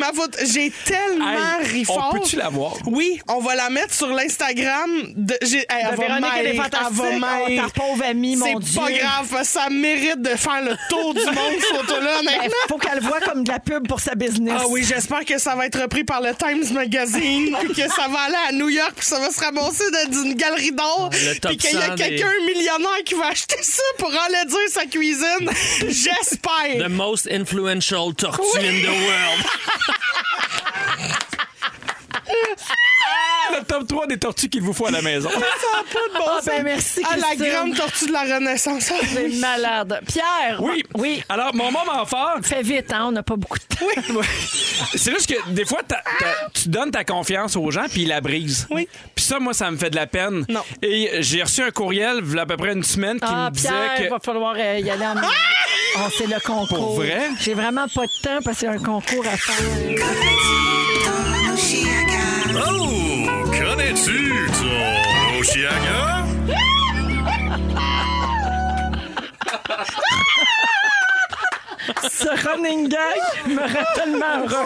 D: ma photo. J'ai tellement
C: Hey,
D: ri
C: on
D: fort.
C: peut-tu la voir?
D: Oui, on va la mettre sur l'Instagram de, j'ai- hey, elle
B: De
D: va
B: Véronique, elle est
D: m'haïr,
B: fantastique.
D: va m'haïr.
B: Oh, ta pauvre amie, mon
D: C'est
B: Dieu.
D: pas grave, parce que ça mérite de faire le tour du monde, cette photo-là,
B: Il
D: honnêtement.
B: Eh, faut qu'elle voit comme de la pub pour sa business.
D: Ben, Ah oui, j'espère que ça va être repris par le Times Magazine, puis que ça va aller à New York, puis ça va se ramasser dans une galerie d'or,
E: Ah, le top
D: puis qu'il y a
E: 100 des-
D: quelqu'un millionnaire qui va acheter ça pour enlever sa cuisine.
E: The
D: J'espère.
E: most influential tortue in the world.
C: Le top 3 des tortues qu'il vous faut à la maison.
D: Ça a pas de bon
B: Ah,
D: sens.
B: ben merci,
D: À la
B: Christine.
D: grande tortue de la Renaissance.
B: C'est malade. Pierre.
C: Oui.
B: Oui.
C: Alors, mon moment fort,
B: Fais vite, hein, on n'a pas beaucoup de temps.
C: c'est juste que des fois, t'as- t'as- tu donnes ta confiance aux gens, puis ils la brisent.
D: Oui.
C: Puis ça, moi, ça me fait de la peine.
D: Non.
C: Et j'ai reçu un courriel, il y a à peu près une semaine, qui
B: Ah,
C: me disait
B: Pierre, il
C: que.
B: va falloir euh, y aller en On c'est le concours.
C: Pour vrai?
B: J'ai vraiment pas de temps parce qu'il y a un concours à faire.
K: Oh, connais-tu ton Oshiaga?
B: Ce running gag me rend tellement heureux.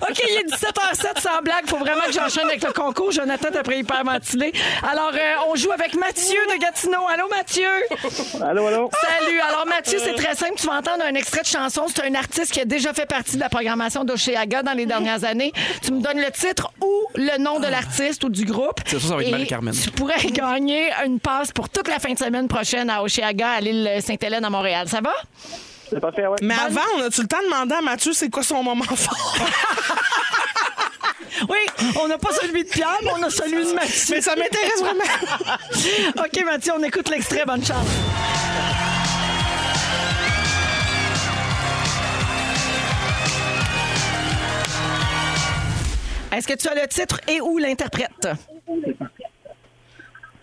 B: OK, il est 17h07 sans blague. Faut vraiment que j'enchaîne avec le concours. Jonathan, après hyper ventilé. Alors, euh, on joue avec Mathieu de Gatineau. Allô, Mathieu?
L: Allô, allô?
B: Salut. Alors, Mathieu, c'est très simple. Tu vas entendre un extrait de chanson. C'est un artiste qui a déjà fait partie de la programmation d'Oceaga dans les dernières années. Tu me donnes le titre ou le nom de l'artiste ou du groupe.
C: C'est sûr, ça va être
B: Et
C: Marie Carmen.
B: Tu pourrais gagner une passe pour toute la fin de semaine prochaine à Oceaga, à l'île Sainte-Hélène, à Montréal. Ça va?
L: C'est parfait, ouais.
D: Mais avant, Ah, on a-tu le temps de demander à Mathieu c'est quoi son moment fort?
B: Oui, on n'a pas celui de Pierre, mais on a celui de Mathieu.
D: Mais ça m'intéresse vraiment.
B: OK, Mathieu, on écoute l'extrait. Bonne chance. Est-ce que tu as le titre et ou l'interprète?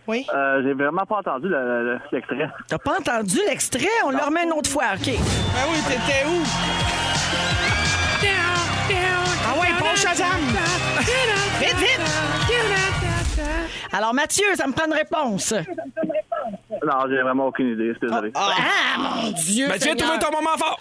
D: Oui.
L: Euh, J'ai vraiment pas entendu le- le- l'extrait.
B: T'as pas entendu l'extrait? On le remet une autre fois, OK.
D: Ben oui, t'étais où? Ah ouais, bon Shazam! Vite, vite!
B: Alors, Mathieu, ça me prend une réponse.
L: Non, j'ai vraiment aucune idée, je suis désolé.
B: Ah, mon Dieu!
C: Mathieu,
B: Seigneur.
C: trouvé ton moment fort!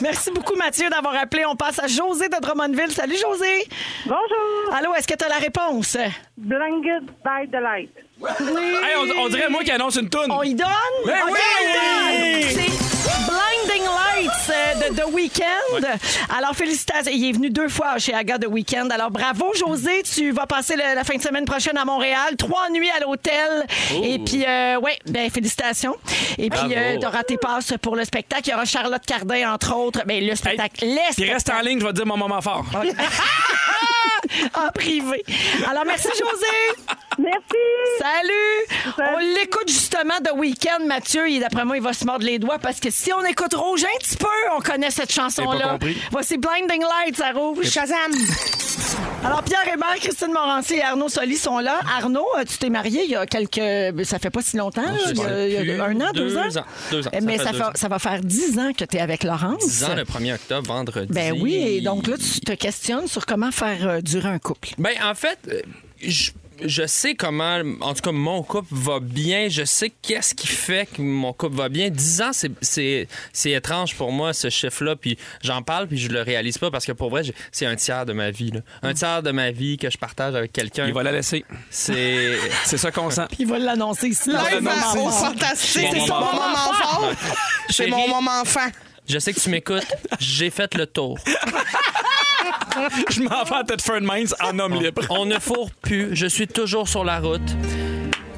B: Merci beaucoup, Mathieu, d'avoir appelé. On passe à José de Drummondville. Salut, José!
M: Bonjour,
B: Allô, est-ce que tu as la réponse?
M: Blinded by the Light.
C: Hey, on, on dirait moi qui annonce une toune.
B: On y donne?
C: Ben
B: OK,
C: oui!
B: on y donne! C'est Blinding Lights euh, de The Weeknd. Alors, félicitations. Il est venu deux fois chez Aga The Weeknd. Alors, bravo, José. Tu vas passer le- la fin de semaine prochaine à Montréal. Trois nuits à l'hôtel.
N: Oh.
B: Et puis, euh, ouais, ben, félicitations. Et
C: Bravo.
B: puis, tu auras tes passes pour le spectacle. Il y aura Charlotte Cardin, entre autres. Ben, le spectacle. les
C: Puis reste en ligne, je vais te dire mon moment fort.
B: en privé. Alors, merci, José. Merci. Salut. On l'écoute justement de week-end, Mathieu. Et D'après moi, il va se mordre les doigts parce que si on écoute Rouge un petit peu, on connaît cette
D: J'ai pas
B: chanson-là.
D: compris.
B: Voici Blinding Lights à Rouge. Shazam. Alors, Pierre Hébert, Christine Morancy et Arnaud Soli sont là. Arnaud, euh, tu t'es marié il y a quelques. ben, Ça fait pas si longtemps, là.
E: je
B: il y a,
E: sais
B: il y a
E: plus.
B: un an, deux,
E: Deux
B: ans. Eh,
E: ans. Deux ans. Ça
B: Mais
E: fait
B: ça,
E: deux
B: fa-
E: ans.
B: ça va faire dix ans que tu es avec Laurence.
E: 10 ans le 1er octobre, vendredi.
B: Ben oui, et donc là, tu te questionnes sur comment faire euh, durer un couple.
E: Ben, en fait, euh, je, je sais comment, en tout cas, mon couple va bien. Je sais qu'est-ce qui fait que mon couple va bien. 10 ans, c'est- c'est c'est étrange pour moi, ce chiffre-là. Puis j'en parle, puis je le réalise pas parce que pour vrai, j'ai- c'est un tiers de ma vie. là. Un tiers de ma vie que je partage avec quelqu'un.
C: Il va la laisser.
E: C'est
C: c'est ça qu'on sent.
B: Il va l'annoncer ici.
E: Live
B: dans un moment
E: à-
B: fort.
D: fantastique.
E: C'est
D: C'est
E: mon
D: son
E: moment
D: moment fort. C'est
E: Chérie,
D: mon moment enfant.
E: Je sais que tu m'écoutes. J'ai fait le tour.
C: Je m'en vais à tête fin de Mainz en homme libre.
E: On ne fourre plus. Je suis toujours sur la route.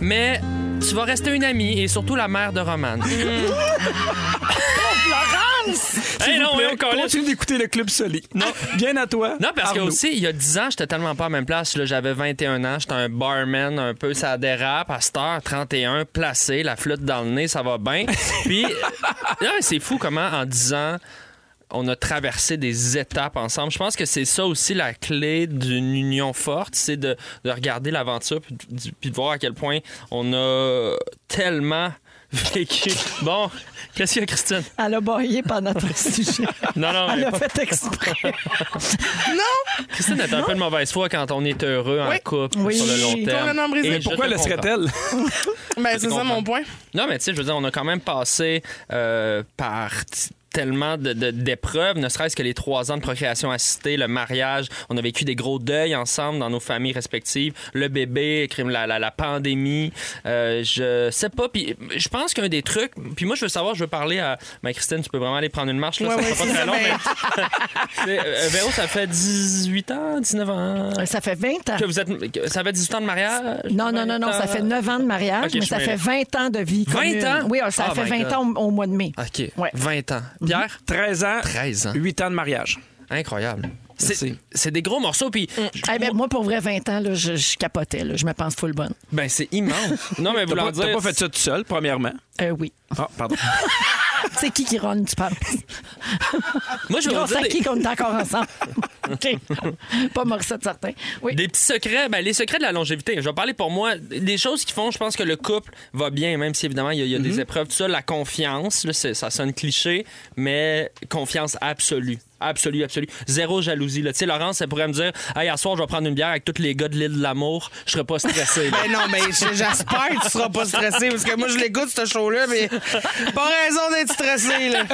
E: Mais tu vas rester une amie et surtout la mère de Romane.
C: Florence!
E: Hey, non,
C: non,
E: mais on connaît-
C: continue d'écouter le Club Soli. Non. Bien à toi.
E: Non, parce que
C: Arnaud.
E: aussi, il y a 10 ans, j'étais tellement pas à la même place. Là, j'avais 21 ans, j'étais un barman, un peu ça dérape, à cette heure, 31, placé, la flûte dans le nez, ça va bien. Puis, non, mais c'est fou comment en 10 ans, on a traversé des étapes ensemble. Je pense que c'est ça aussi la clé d'une union forte, c'est de, de regarder l'aventure puis de- puis de voir à quel point on a tellement vécu. Bon, qu'est-ce qu'il y a, Christine?
B: Elle a baillé pendant tout le sujet.
E: Non, non,
B: Elle
E: mais
B: a
E: Ah, pas-
B: fait exprès.
D: non!
E: Christine est un peu de mauvaise foi quand on est heureux en
D: Oui.
E: couple
D: Oui.
E: sur le long terme.
D: Complètement brisé.
E: Et
D: Mais
E: je
D: pourquoi
E: te comprends.
C: laisserait-elle?
D: Ben, c'est ça
E: comprends.
D: mon point.
E: Non, mais tu sais, je veux dire, on a quand même passé euh, par t- tellement de- de- d'épreuves, ne serait-ce que les trois ans de procréation assistée, le mariage. On a vécu des gros deuils ensemble dans nos familles respectives. Le bébé, crime, la, la, la pandémie. Euh, je sais pas. Puis je pense qu'un des trucs... Puis moi, je veux savoir, je veux parler à... Mais Christine, tu peux vraiment aller prendre une marche,
D: Ouais,
E: là. ça
D: ouais,
E: sera
D: c'est
E: pas
D: ça,
E: très long,
D: ben-
E: mais... Euh, Véro, ça fait 18 ans, 19 ans...
B: Ça fait 20 ans.
E: Que vous êtes... que- Ça fait 18 ans de mariage?
B: Non, non, non, non, ça fait 9 ans de mariage,
E: Ok,
B: mais
E: je
B: ça
E: suis
B: fait 20 ans de vie.
E: 20
B: commune.
E: ans?
B: Oui, ça
E: Oh
B: fait
E: my
B: 20
E: God.
B: ans au, au mois de mai.
E: OK. 20 ans.
B: Mhm.
E: Pierre?
C: 13 ans.
E: 13 ans.
C: 8 ans de mariage.
E: Incroyable. C'est c'est des gros morceaux, puis...
B: Eh ben, moi, pour vrai, 20 ans, là, je, je capotais. là. Je me pense full bonne.
E: Ben, c'est immense. Non, mais
C: T'as
E: vous
C: pas, t'as pas fait
E: ça.
C: ça tout seul, premièrement?
B: Euh, oui.
C: Ah, pardon.
B: C'est qui qui ronne, tu penses?
E: Moi, je vais vous
B: Grâce
E: dire
B: à
E: des-
B: qui qu'on est encore ensemble? OK. Pas Morissette, certain. Oui.
E: Des petits secrets, ben, les secrets de la longévité. Je vais parler pour moi des choses qui font, je pense que le couple va bien, même si évidemment il y a, il y a
C: Mhm.
E: des épreuves, tout ça. La confiance, là, c'est- ça sonne cliché, mais confiance absolue. Absolue, absolue. Zéro jalousie. là. Tu sais, Laurence, elle pourrait me dire Hey, à soir, je vais prendre une bière avec tous les gars de l'île de l'amour. Je serais pas stressé.
D: Ben non, mais j- j'espère que tu seras pas stressé parce que moi, je l'écoute, ce show-là, mais pas raison d'être stressé, là.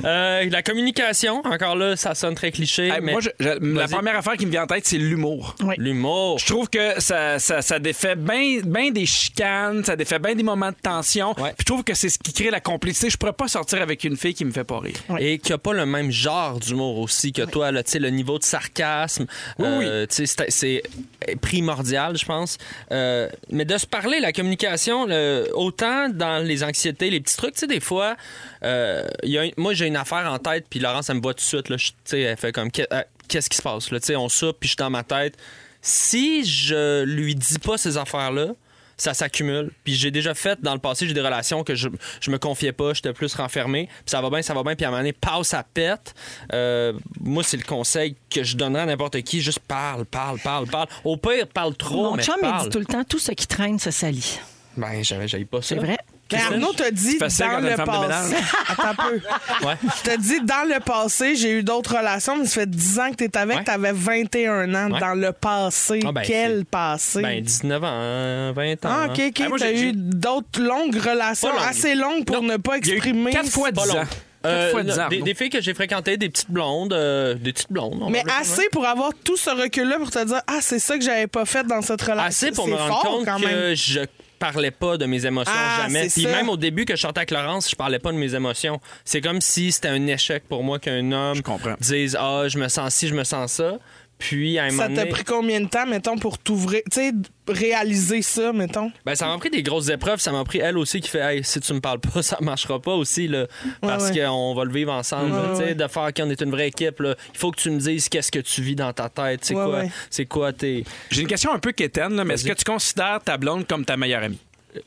D: Ben,
E: Euh, la communication, encore là, ça sonne très cliché. mais...
C: Moi, je- je- la première affaire qui me vient en tête, c'est l'humour.
E: L'humour.
C: Je trouve que ça, ça, ça défait bien ben des chicanes, ça défait bien des moments de tension. Puis je trouve que c'est ce qui crée la complicité. Je pourrais pas sortir avec une fille qui me fait pas rire.
E: Et qui a pas le même genre d'humour aussi que toi. là. Tu sais, le niveau de sarcasme, euh, tu sais, c'est- c'est primordial, je pense. Euh, mais de se parler, la communication, le- autant dans les anxiétés, les petits trucs, tu sais, des fois, euh, il y a un- moi, j'ai une affaire en tête, puis Laurence, elle me voit tout de suite. Là, je- tu sais, elle fait comme, Qu'est- euh, qu'est-ce qui se passe? Là, Tu sais, on soupe, puis je suis dans ma tête. Si je lui dis pas ces affaires-là, ça s'accumule. Puis j'ai déjà fait dans le passé, j'ai des relations que je, je me confiais pas, j'étais plus renfermé. Puis ça va bien, ça va bien. Puis à un moment donné, passe à pète. Euh, moi, c'est le conseil que je donnerais à n'importe qui. Juste parle, parle, parle, parle. Au pire, parle trop,
B: Mon
E: mais
B: chum, il
E: parle.
B: dit tout le temps tout ce qui traîne se salit.
E: Ben, j'avais j'avais pas ça.
B: C'est vrai.
D: Mais Arnaud t'a dit dans
E: Facile quand t'as
D: le
E: une femme de
D: passé.
E: ménage.
D: Attends un peu.
E: Ouais.
D: T'as dit dans le passé, j'ai eu d'autres relations, mais ça fait 10 ans que t'es avec, t'avais 21 ans
E: Ouais.
D: dans le passé.
E: Ah ben, c'est-
D: Quel passé?
E: Ben, 19 ans, 20 ans.
D: ah, ok, ok.
E: Ben, moi,
D: T'as
E: j'ai-
D: eu d'autres longues relations,
E: Pas longues.
D: assez longues pour ne pas exprimer.
E: quatre fois
D: Pas
E: dix
D: long.
E: ans. Euh,
C: fois dix
E: non, des,
C: Arnaud.
E: des filles que j'ai fréquentées, des petites blondes, euh, des petites blondes. on va
D: Mais
E: le dire,
D: assez pour avoir tout ce recul-là pour te dire Ah, c'est ça que j'avais pas fait dans cette relation.
E: assez pour
D: Ah, C'est
E: me rendre
D: fort,
E: compte
D: quand même.
E: que je parlais pas de mes émotions
D: Ah,
E: jamais.
D: c'est
E: Puis
D: ça.
E: même au début que je chantais avec Laurence, je parlais pas de mes émotions. C'est comme si c'était un échec pour moi qu'un homme dise ah je me sens ci, je me sens ça. Puis à un
D: Ça
E: moment
D: t'a
E: donné,
D: pris combien de temps, mettons, pour t'ouvrir, tu sais, réaliser ça, mettons?
E: ben, ça m'a pris des grosses épreuves. Ça m'a pris elle aussi qui fait hey, si tu me parles pas, ça marchera pas aussi là, parce
D: ouais.
E: qu'on va le vivre ensemble.
D: Ouais,
E: là, tu sais,
D: ouais.
E: De faire qu'on est une vraie équipe. là. Il faut que tu me dises qu'est-ce que tu vis dans ta tête. C'est
C: Ouais,
E: quoi,
C: ouais.
E: c'est quoi tes.
C: J'ai une question un peu quétaine, là, mais est-ce que tu considères ta blonde comme ta meilleure amie?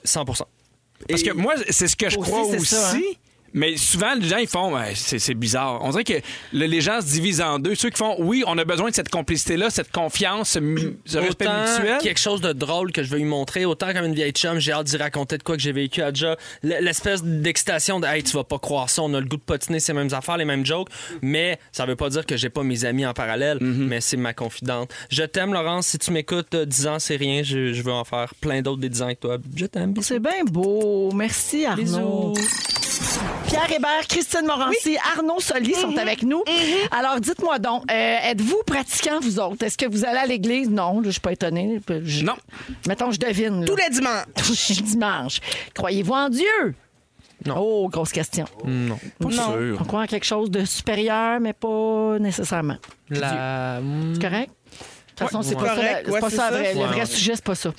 E: 100
C: Parce que moi, c'est ce que je
E: Aussi,
C: crois
E: c'est
C: aussi.
E: ça, hein.
C: Mais souvent, les gens, ils font, Ouais, c'est c'est bizarre. On dirait que le- les gens se divisent en deux. Ceux qui font, oui, on a besoin de cette complicité-là, cette confiance, ce, mu- ce respect
E: autant
C: mutuel.
E: quelque chose de drôle que je veux lui montrer, autant comme une vieille chum, j'ai hâte d'y raconter de quoi que j'ai vécu à déjà. L'espèce d'excitation de Hey, tu vas pas croire ça, on a le goût de patiner ces mêmes affaires, les mêmes jokes, mais ça veut pas dire que j'ai pas mes amis en parallèle, mais c'est ma confidente. Je t'aime, Laurence, si tu m'écoutes, euh, 10 ans, c'est rien, je, je veux en faire plein d'autres des 10 ans avec toi. Je t'aime.
B: C'est bien beau. Merci,
D: Oh
B: Arnaud. Pierre Hébert, Christine Morancy, Arnaud Soli sont avec nous. Alors, dites-moi donc, euh, êtes-vous pratiquant, vous autres? Est-ce que vous allez à l'église? Non, là, je suis pas étonnée. Je-
C: Non.
B: Mettons, je devine. Tous
D: les dimanches.
B: Tous les dimanches. Croyez-vous en Dieu?
E: Non.
B: Oh, grosse question.
E: Non.
B: Non. On croit en quelque chose de supérieur, mais pas nécessairement.
E: La...
B: C'est correct? De toute façon,
E: Ouais.
B: c'est pas ça,
E: Correct,
B: la- c'est
E: ouais,
B: pas
E: c'est
B: ça, la
E: ça.
B: vraie- le
E: Ouais,
B: vrai
E: ouais.
B: sujet, c'est pas ça.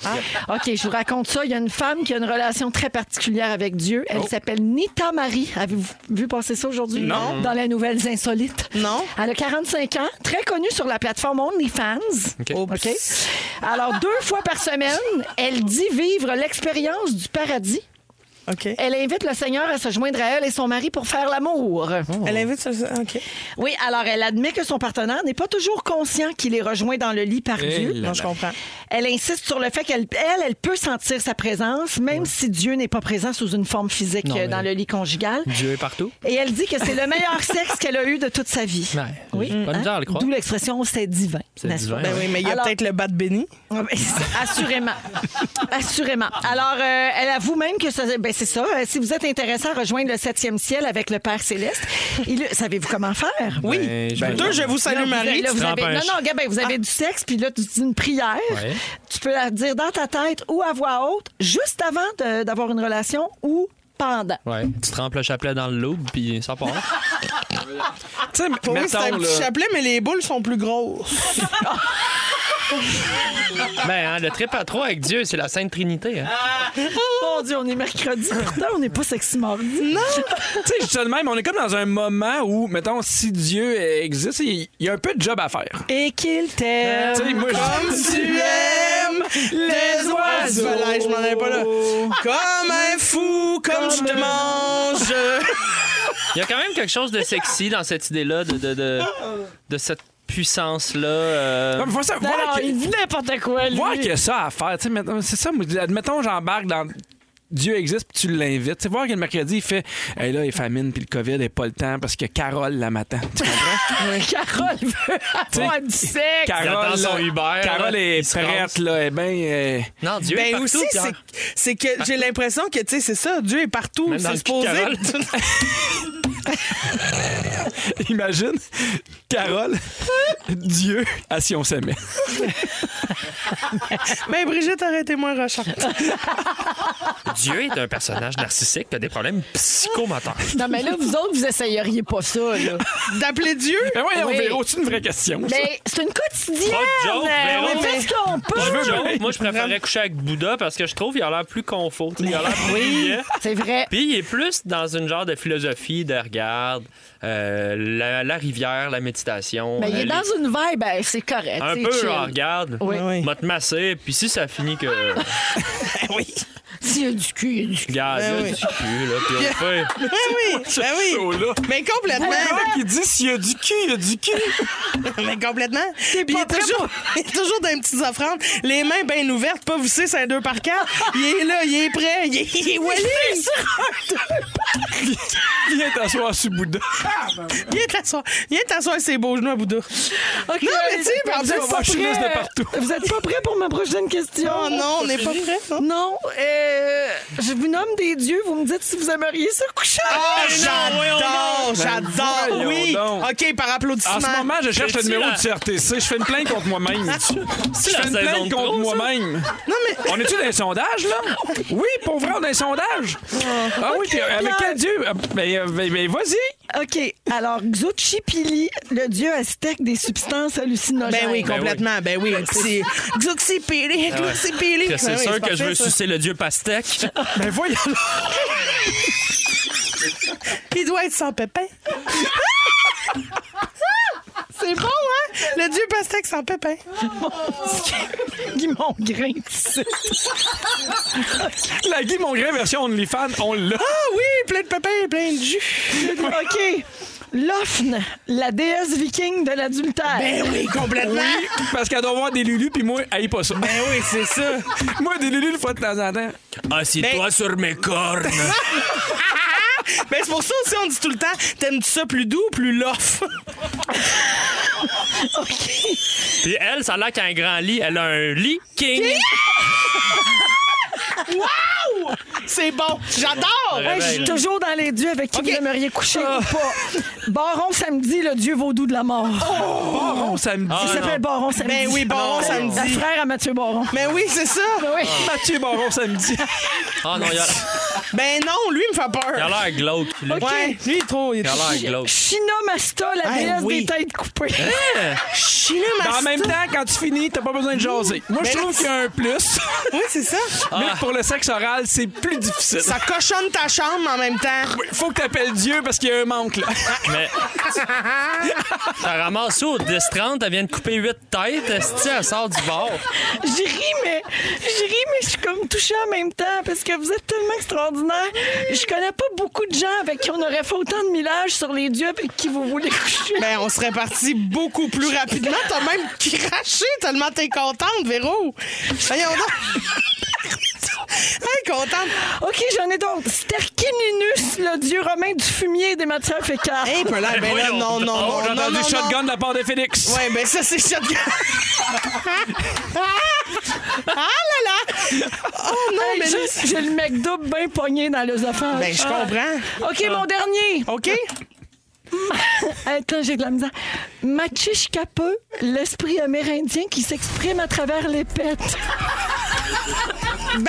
B: Ah, OK, je vous raconte ça. Il y a une femme qui a une relation très particulière avec Dieu. Elle s'appelle Nita Marie. Avez-vous vu passer ça aujourd'hui?
D: Non.
B: Dans la Nouvelles Insolites. Non. Elle a 45 ans, très connue sur la plateforme OnlyFans.
D: OK.
B: OK. Alors, deux fois par semaine, elle dit vivre l'expérience du paradis. Elle invite le Seigneur à se joindre à elle et son mari pour faire l'amour.
D: Elle invite ça. OK.
B: Oui, alors elle admet que son partenaire n'est pas toujours conscient qu'il est rejoint dans le lit par
D: Eh
B: Dieu.
D: là Non, je là. comprends.
B: Elle insiste sur le fait qu'elle elle, elle peut sentir sa présence, même si Dieu n'est pas présent sous une forme physique
E: Non,
B: euh,
E: mais-
B: dans le lit conjugal.
E: Dieu est partout.
B: Et elle dit que c'est le meilleur sexe qu'elle a eu de toute sa vie. Oui.
E: Pas
B: hein?
E: bizarre à le croire.
B: D'où l'expression c'est divin.
E: C'est
B: n'est-ce
E: divin,
B: pas?
E: Ben oui,
D: mais il y a
B: Alors-
D: peut-être le bat de béni.
B: Assurément. Assurément. Alors, euh, elle avoue même que ça- ben, c'est ça. Euh, Si vous êtes intéressé à rejoindre le septième ciel avec le Père Céleste, il- savez-vous comment faire?
D: Oui. Ben, je- Deux, je vous salue,
B: Là,
D: Marie,
B: avez- là,
D: tu
B: vous
D: te
B: avez-
D: rends pas un
B: non, non,
D: ch-
B: regarde, ben, vous avez du sexe, puis là, tu dis une prière.
D: Ouais.
B: Tu peux la dire dans ta tête ou à voix haute, juste avant de- d'avoir une relation ou pendant.
E: Ouais. Tu trempes le chapelet dans le loup, puis ça part.
C: Tu sais,
D: Pour moi, c'est un
E: mettons,
D: petit
E: là-
D: chapelet, mais les boules sont plus grosses.
E: ben, hein, le trip à trois avec Dieu, c'est la Sainte Trinité. hein.
B: Mon Dieu, on est mercredi, pourtant, on n'est pas sexy mardi. Non!
C: tu sais, je dis ça de même, on est comme dans un moment où, mettons, si Dieu existe, il il y a un peu de job à faire.
B: Et qu'il
D: Ah,
E: Euh,
B: t'aime.
C: Tu sais, moi, je-
D: Comme tu aimes les oiseaux. Voilà, je m'en allais pas là. Comme un fou, comme je te mange.
E: Il y a quand même quelque chose de sexy dans cette idée-là, de, de, de, de cette puissance-là. euh.
C: Non, mais faut ça- voir que-
B: n'importe quoi, lui.
C: Voir qu'il y a ça à faire. tu sais, mettons- C'est ça, moi, admettons, j'embarque dans. Dieu existe, puis tu l'invites. Tu sais, voir que le mercredi, il fait Hey, là, il est famine, puis le COVID, n'est pas le temps, parce que Carole la matin. Tu
B: Carole veut avoir du sexe.
C: Carole, là, Carole est prête, là. Eh bien.
E: Non,
D: ben aussi, c'est- c'est que j'ai l'impression que, tu sais, c'est ça, Dieu est partout.
C: Même dans
D: C'est
C: le cul de
D: supposé.
C: Imagine, Carole, Dieu, à si on s'aimait.
D: Mais Ben, Brigitte, arrêtez-moi, Rochard.
E: Dieu est un personnage narcissique qui a des problèmes psychomoteurs.
B: Non, mais là, vous autres, vous essayeriez pas ça, là.
D: D'appeler Dieu?
C: Ben ouais, on
B: Oui.
C: verra. C'est une vraie question. ça.
B: Mais c'est une quotidienne.
E: Pas de joke, Véro.
B: on fait ce qu'on peut.
E: Pas de joke. Moi, je préférais coucher avec Bouddha parce que je trouve qu'il a l'air plus confort. Il a l'air plus
B: Oui,
E: brillant.
B: c'est vrai.
E: Puis il est plus dans une genre de philosophie de regarde, euh, la, la rivière, la méditation.
B: Mais Ben, il
E: euh,
B: est
E: les-
B: dans une vibe, ben, c'est correct.
E: Un
B: c'est
E: peu,
B: chill.
E: genre, regarde,
B: Oui.
D: Ben
B: Oui.
E: m'a te masser, puis si ça finit que.
D: oui.
B: S'il y a du cul, il y a du cul.
E: Regarde,
D: Ben
E: là,
D: oui.
E: du cul, là, puis on le fait.
D: Ben oui, ben oui. Mais complètement.
E: Le gars
C: qui dit s'il y a du cul, il y a du
D: cul. Mais Ben, complètement. Puis il est toujours, il est toujours dans une petite offrande, les mains bien ouvertes, pas vissées, c'est un deux par quatre. Il est là, il est prêt, il est, il est willing.
C: Viens t'asseoir sur Bouddha.
D: Viens t'asseoir, viens t'asseoir ses beaux genoux à Bouddha. non, mais tu sais,
B: vous
D: Oh,
B: êtes pas prêts, euh, Vous êtes pas prêts pour ma prochaine question?
D: Non, non, on n'est pas prêts, hein.
B: Non, euh, euh, je vous nomme des dieux, vous me dites si vous aimeriez se coucher.
D: Ah, j'adore, j'adore, oui. OK, par applaudissement.
C: En ce moment, je cherche le numéro du CRTC. Je fais une plainte contre moi-même. Je
D: la
C: fais une
D: saison
C: plainte
D: de
C: contre
D: trop, ça?
C: moi-même. On est-tu dans un sondage, là? Oui, pour vrai, on est un sondage. Ah oui,
B: Ok,
C: puis avec
B: Pierre.
C: quel dieu? Ah, Ben, euh, ben, ben, vas-y.
D: Ah.
B: OK. Alors, Xochipili, le dieu aztèque des substances hallucinogènes.
D: Ben oui, complètement. Ben oui. C'est Ben Xoxipili,
E: Ah ouais. Puis C'est sûr que je veux sucer le dieu pastèque.
C: Ben voyons.
D: Il doit être sans pépin. C'est bon, hein? Le dieu pastèque sans pépin.
B: Guy Mongrain, tu sais.
C: La Guy Mongrain version OnlyFans, on l'a.
D: Ah oui, plein de pépins, plein de jus.
B: OK. Lofn, la déesse viking de l'adultère.
D: Ben oui, complètement.
C: Oui, parce qu'elle doit avoir des lulus, puis moi, aille pas ça. Ben
D: oui, c'est ça.
C: moi, des lulus, une fois de temps en temps.
E: Assis-toi Ah, sur mes cornes.
D: Mais Ben, c'est pour ça aussi, on dit tout le temps, t'aimes-tu ça plus doux ou plus lof?
E: Puis elle, ça a l'air qu'elle a un grand lit. Elle a un lit king.
D: wow! C'est bon. J'adore!
C: ben,
B: Ouais, Hein, je suis toujours dans les dieux avec qui vous aimeriez coucher
D: Ah.
B: ou pas. Baron samedi, le dieu vaudou de la mort.
C: Oh! Baron samedi.
B: Il s'appelle Baron samedi.
D: Ben oui, Baron
B: Ah,
D: samedi.
B: La frère à Mathieu Baron.
D: Mais oui, c'est ça.
B: oui.
C: Mathieu Baron samedi.
E: Ah non, il a
D: Ben non, lui, il me fait
E: il a
D: peur.
E: l'air glauque. lui.
D: Ouais, lui, il est trop... Il est
E: Il a l'air glauque.
B: Chinomasta, la
D: Hey,
B: déesse
D: oui.
B: des têtes coupées.
D: Ah,
C: Mais en même temps, quand tu finis, t'as pas besoin de jaser. Moi, je
D: Ben
C: trouve
D: là,
C: qu'il y a un plus.
D: Oui, c'est ça.
C: Mais pour le sexe oral, c'est plus difficile.
D: Ça cochonne ta chambre en même temps.
C: Faut que t'appelles Dieu parce qu'il y a un manque, là.
D: Ah,
E: Mais ça ramasse ça au 10-30, elle vient de couper 8 têtes, esti, elle sort du bord.
B: J'y ris, mais j'y ris, mais je suis comme touchée en même temps parce que vous êtes tellement extraordinaire. Je connais pas beaucoup de gens avec qui on aurait fait autant de millages sur les dieux avec qui vous voulez coucher.
D: Ben, on serait parti beaucoup plus rapidement. T'as même craché tellement t'es contente, Véro. Voyons donc. hey, contente.
B: OK, j'en ai donc. Sterkininus, le dieu romain du fumier et des matières fécales.
D: Hey, peu là, ben là, non, non, non.
C: Oh, j'ai
D: non,
C: entendu
D: non,
C: shotgun
D: non.
C: de la part de Félix.
D: Ouais, ben ça, c'est shotgun. ah là là. Oh non,
B: Hey,
D: mais là.
B: juste, j'ai le mec double bien pogné dans les affaires. Ah,
D: Ben, je comprends.
B: OK, mon dernier.
D: OK?
B: Attends, j'ai de la misère. Machiche Capeux, l'esprit amérindien qui s'exprime à travers les pets.
D: Ben,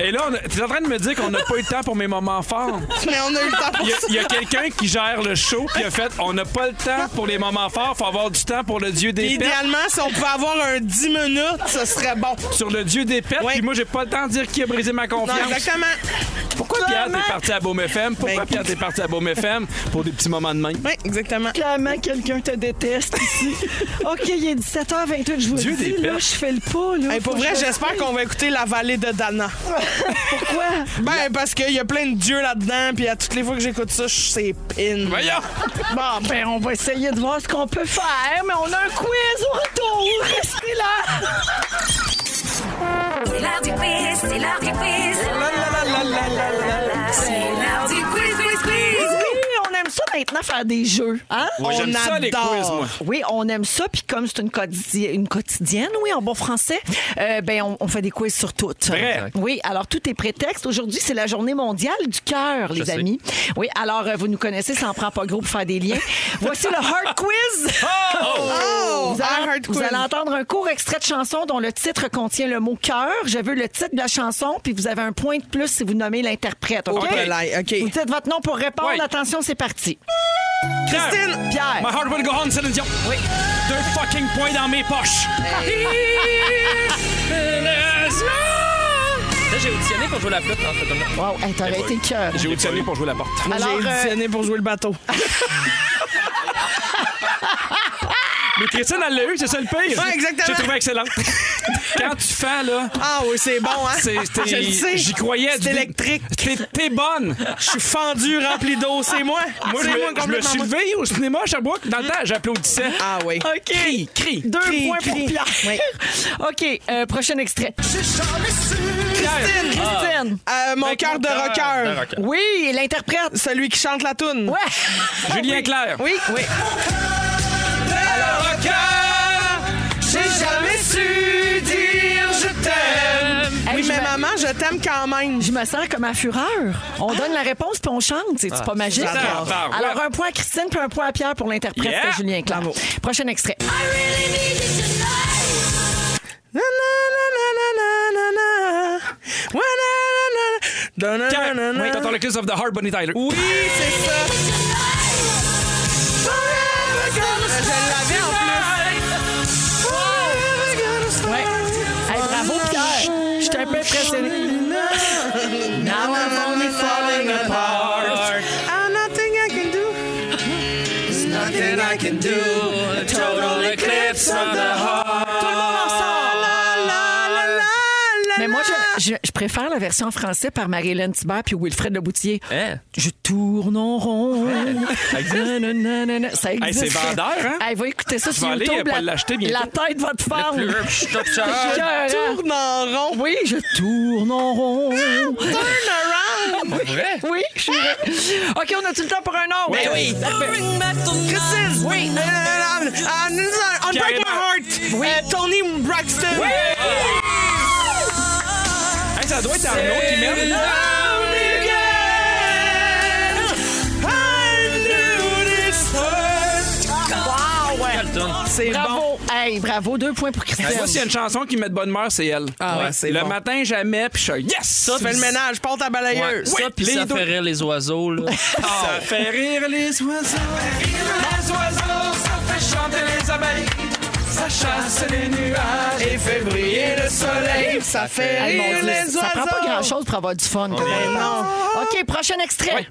C: Et là, on a- t'es en train de me dire qu'on n'a pas eu le temps pour mes moments forts.
D: mais on a eu le temps pour
C: Il y a,
D: ça.
C: il y a quelqu'un qui gère le show qui a fait on n'a pas le temps pour les moments forts, faut avoir du temps pour le dieu des pets.
D: Idéalement, si on pouvait avoir un 10 minutes, ce serait bon.
C: Sur le dieu des pets,
D: Ouais.
C: puis moi j'ai pas le temps de dire qui a brisé ma
D: Non,
C: confiance.
D: exactement.
C: Pourquoi Pierre t'es parti à Baume FM? Pourquoi
D: Ben,
C: Pierre t'es parti à Baume FM? Pour des petits moments de main.
D: Oui, exactement.
B: Clairement, quelqu'un te déteste ici. OK, il est 17h28, je vous
C: Dieu
B: le dis,
C: des
B: là,
C: pets.
B: je fais le pas. Là,
D: Hey, pour
B: Faut que
D: vrai,
B: je
D: j'espère qu'on va écouter La Vallée de Dana.
B: Pourquoi?
D: Ben, parce qu'il y a plein de dieux là-dedans, puis à toutes les fois que j'écoute ça, je- c'est pin.
C: Voyons!
D: Bon, ben,
B: Ben, on va essayer de voir ce qu'on peut faire, mais on a un quiz au retour. Restez là.
A: C'est l'heure du quiz, c'est l'heure du quiz. C'est l'heure du quiz, quiz, quiz.
B: Oui, on aime ça maintenant faire des jeux. Hein?
C: Moi
D: On
C: j'aime ça les
D: adore.
C: quiz, moi.
B: Oui, on aime ça. Puis comme c'est une, quotidi- une quotidienne, oui, en bon français, euh, ben on, on fait des quiz sur tout.
C: Vrai.
B: Oui, alors tout est prétexte. Aujourd'hui, c'est la journée mondiale du cœur, les
E: sais.
B: amis. Oui, alors euh, vous nous connaissez, ça en prend pas gros pour faire des liens. Voici le Heart Quiz.
D: oh,
B: Vous
D: un
B: allez,
D: hard
B: vous
D: quiz.
B: allez entendre un court extrait de chanson dont le titre contient le mot cœur. Je veux le titre de la chanson, puis vous avez un point de plus si vous nommez l'interprète. OK?
D: Oh, belay, OK.
B: Vous dites votre nom pour répondre.
C: Oui.
B: Attention, c'est parti.
C: Christine!
B: Pierre.
C: My heart will go on, Céline Dion. Oui. Deux fucking points dans mes poches.
E: Là, j'ai auditionné pour jouer la flûte, en fait.
B: Wow, hey, t'aurais été cœur.
C: J'ai auditionné pour jouer la porte.
D: Moi,
B: Alors,
D: j'ai
B: euh,
D: auditionné pour jouer le bateau.
C: Mais Christine, elle l'a eu, c'est ça le pire.
D: Ouais, exactement.
C: J'ai trouvé excellente. Quand tu fais, là,
D: Ah oui, c'est bon, hein?
C: c'est- t'es-
D: Je le sais.
C: j'y croyais.
D: C'est
C: du-
D: électrique.
C: T'es t'es bonne.
D: Je suis fendu, rempli d'eau, c'est moi.
C: Moi, je
D: c'est moi
C: me, je me
D: complètement.
C: suis
D: moi.
C: levé au cinéma à Sherbrooke. Dans le temps, j'applaudissais.
D: Ah oui.
B: OK.
C: Crie, crie.
B: Deux
D: Crie,
B: points
D: crie.
B: pour Pierre. OK, euh, prochain extrait.
D: Ah.
C: Pierre.
B: Christine.
D: Euh, mon cœur de rocker.
B: Oui, l'interprète.
D: Celui qui chante la toune.
B: Ouais.
C: Julien Clerc.
D: Oui, oui. J'ai jamais su dire je t'aime.
B: Hey,
D: Oui, mais
B: me-
D: maman, je t'aime quand même.
B: Je me sens comme à fureur. On donne la réponse puis on chante. C'est
D: Ah,
B: pas magique.
D: j'adore.
B: Alors, un point à Christine puis un point à Pierre pour l'interprète
D: Yeah.
B: de Julien Clerc. Prochain extrait.
C: Oui, t'entends le Kiss of the Heart, Bonnie Tyler. Oui,
D: c'est ça. Je l'avais en plus.
B: Ouais. Hey, bravo, Pierre. J'étais un peu impressionné.
D: Now I'm only falling apart. I'm Ah, nothing I can do. There's nothing I can do. A total eclipse of the heart. Tout le monde
B: Mais moi, je, je- je préfère la version en français par Marie-Hélène Thibert puis Wilfred Le Boutier.
D: Eh
C: Eh.
B: Je tourne en rond.
C: Ça Ah, existe?
B: Nananana. Ça
C: Hey,
B: existe.
C: c'est vendeur, hein?
B: Hey, va écouter ça
C: Je
B: sur
C: vais aller,
B: YouTube.
C: euh, pas
B: la-
C: l'acheter bientôt.
B: La tête va te faire.
C: Le plus Ah, riche top seller.
D: Tourne en rond.
B: Oui, je tourne en rond.
C: Ah,
D: Turn around.
B: Oui. Oui, je suis vrai.
C: Ah!
B: OK, on a-tu le temps pour un autre?
D: Oui, Ben oui.
B: Parfait.
D: Christine. Oui. On break my heart. Euh, Tony Braxton.
C: Hey, ça doit être Arnaud qui mène.
D: Wow,
C: Quelle tonne.
D: C'est
B: bravo. Hey, bravo. Deux points pour Christine.
C: Hey, Moi, s'il y a une chanson qui me met de bonne humeur, c'est elle.
D: Ah ouais, c'est
C: Le
D: bon.
C: matin, jamais, puis je suis yes!
D: Ça, fais le ménage, porte ta balayeuse.
E: Ça, puis ça fait rire les oiseaux. Là.
C: Ça fait rire les oiseaux.
K: Les oiseaux, ça fait chanter les abeilles. Ça chasse les nuages et fait briller le soleil. Ça fait
B: Hey, mon
K: rire
B: Dieu,
K: les oiseaux.
B: Ça prend pas grand-chose pour avoir du fun.
C: Oh,
B: quand même. hein?
D: non.
B: OK, prochain extrait.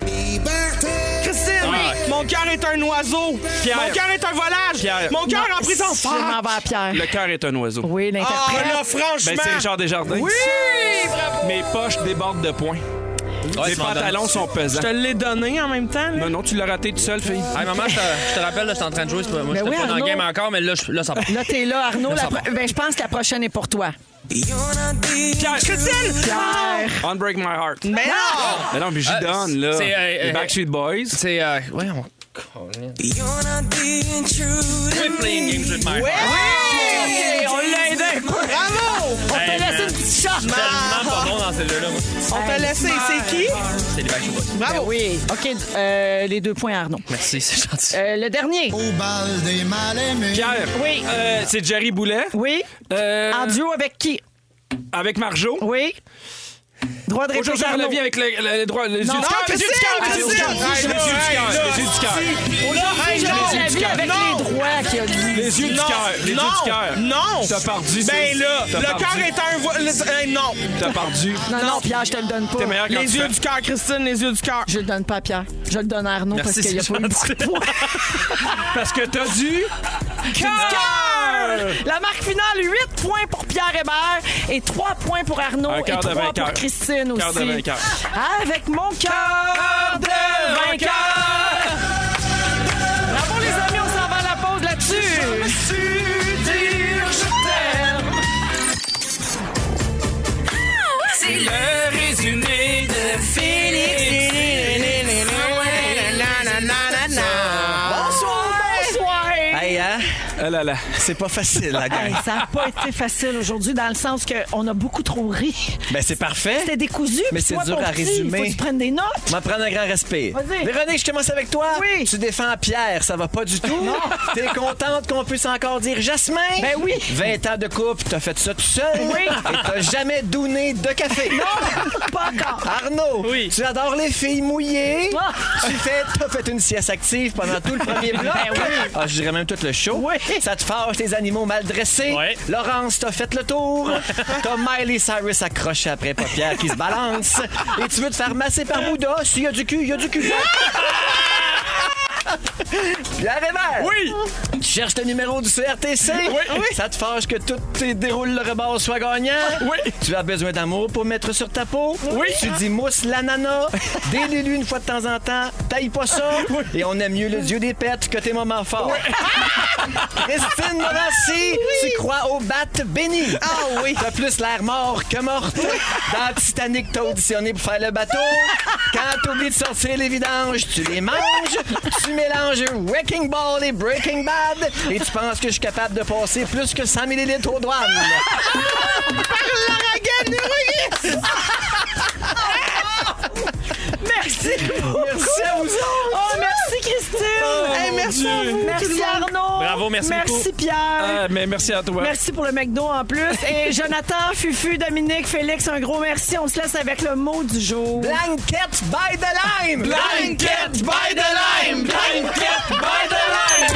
D: Christine,
C: Ouais.
D: mon cœur est un oiseau.
C: Pierre.
D: Mon cœur est un volage.
C: Pierre.
D: Mon cœur en prison.
B: Je m'en vais à Pierre.
C: Le cœur est un oiseau.
B: Oui,
D: Ah,
B: l'interprète.
D: là,
C: Ben,
D: franchement.
C: c'est Richard Desjardins.
D: Oui, bravo.
C: Mes poches débordent de points. Mes
E: tu m'en
C: pantalons
E: donnes.
C: sont
D: Je
C: pesants.
D: te l'ai donné en même temps. là.
C: Non, non, tu l'as raté tout seul, fille.
E: Hey, maman, je te, je te rappelle, là, je suis en train de jouer. c'est pas- Moi,
B: Mais
E: je
B: oui,
E: pas dans
B: Arnaud.
E: le game encore, mais là, je, là ça part.
B: Là, t'es là, Arnaud.
E: Là,
B: La
E: ça
B: pro- ben, je pense que la prochaine est pour toi.
C: Pierre.
D: Christine. Ah!
B: Pierre.
C: Unbreak my heart.
D: Mais non.
C: Mais non, mais j'y
E: Euh,
C: donne, là.
E: c'est, euh,
C: les
E: euh,
C: Backstreet Boys.
E: C'est. Euh, ouais, on. Quit playing games with my heart.
D: Hey, on l'a aidé. Bravo.
B: On t'a
E: Hey,
B: laissé
E: man.
B: une petite shot. Ah,
E: Tellement Ah, pas bon dans ce jeu-là, moi.
D: On t'a laissé. C'est qui?
E: C'est les Backstreet Boys.
B: Ben
D: Bravo.
B: oui. OK, euh, les deux points à Arnaud.
E: Merci, c'est gentil.
B: Euh, le dernier.
C: Pierre.
B: Oui.
C: Euh, c'est Jerry Boulet.
B: Oui.
C: Euh,
B: En duo avec qui?
C: avec Marjo.
B: Oui. Droit de réplique.
C: Aujourd'hui, on
B: Arnaud. Ah,
C: revient avec le- le- le droit- les yeux du
B: Non,
C: cœur. Les yeux du cœur, les yeux du cœur,
D: Christine,
C: les yeux du cœur, les yeux du cœur.
D: Hey,
B: Je
D: non.
B: l'ai vu avec
D: Non.
B: les droits qu'il a dit.
C: Les yeux du
D: Non.
C: cœur, les yeux
D: Non.
C: du cœur.
D: Non.
C: T'as
D: Ben
C: perdu. c'est-
D: là,
C: t'as
D: le
C: perdu.
D: cœur est un vo- le- euh, Non.
C: T'as perdu.
B: Non, non, Pierre, je te le donne pas.
C: T'es meilleur quand
D: Les
C: tu
D: yeux
C: fais-
D: du cœur, Christine, les yeux du cœur.
B: Je le donne pas à Pierre. Je le donne à Arnaud
E: Merci,
B: parce qu'il n'y a
E: c'est
B: pas eu beaucoup de points.
C: Parce que t'as dû.
B: Cœur! La marque finale, 8 points pour Pierre Hébert et 3 points pour Arnaud
C: Un
B: et
C: cœur de
B: 3 Ah pour
C: vainqueur.
B: Christine aussi.
C: Cœur de vainqueur.
B: Avec mon cœur de vainqueur! Bravo les amis, on s'en va à la pause là-dessus!
A: C'est le
C: résumé de
B: Bonsoir!
N: Hey, hein?
C: Ah là là.
N: C'est pas facile, la
B: Hey,
N: gang.
B: ça n'a pas été facile aujourd'hui dans le sens qu'on a beaucoup trop ri.
N: Ben, c'est parfait.
B: C'était décousu.
N: Mais
B: puis
N: c'est
B: toi,
N: dur
B: ton
N: à
B: petit,
N: résumer.
B: Faut que tu prennes des notes.
N: M'en prendre un grand respect.
B: Vas-y.
N: Véronique, je commence avec toi.
B: Oui.
N: Tu défends Pierre, ça va pas du tout.
B: Non.
N: T'es contente qu'on puisse encore dire Jasmin?
B: Ben oui.
N: 20 ans de couple, t'as fait ça tout seul.
B: Oui.
N: Et t'as jamais donné de café.
B: Pas encore.
N: Arnaud,
E: Oui.
N: tu adores les filles mouillées.
B: Ah.
N: Tu fais, t'as fait une sieste active pendant tout le premier bloc.
B: Ben oui.
N: Ah, je dirais même tout le show.
B: Oui.
N: Ça te fâche tes animaux mal dressés.
E: Ouais.
N: Laurence, t'as fait le tour. t'as Miley Cyrus accrochée après les paupières qui se balance. Et tu veux te faire masser par Bouddha. S'il y a du cul, il y a du cul. Pierre Hébert.
C: Oui!
N: Tu cherches le numéro du CRTC. Ça te fâche que tout tes déroule le rebord soit gagnant.
C: Oui.
N: Tu as besoin d'amour pour mettre sur ta peau. Oui. Tu dis mousse l'ananas. Délie-lui une fois de temps en temps. Taille pas ça. Et on aime mieux le dieu des pets que tes moments forts. Christine Morassi, tu crois au bat béni. Ah oui. T'as plus l'air mort que morte. Dans Titanic, t'as auditionné pour faire le bateau. Quand t'oublies de sortir les vidanges, tu les manges. Tu mélanges Wrecking Ball et Breaking Bad. Et tu penses que je suis capable de passer plus que 100 millilitres aux douanes.
D: L'ouragan, l'ouragan.
B: Merci beaucoup.
N: Merci à vous autres.
B: Oh, merci Christine.
D: Oh,
B: Hey,
D: mon
B: merci
D: Dieu.
B: à vous.
D: Tout
B: Merci
D: le monde.
B: Arnaud.
C: Bravo, merci
B: Merci
C: beaucoup.
N: Euh,
B: Pierre.
C: Ah, mais merci à toi.
B: Merci pour le McDo en plus. Et Jonathan, Fufu, Dominique, Félix, un gros merci. On se laisse avec le mot du jour.
N: Blanket by the lime.
K: Blanket by the lime! Blanket by the lime!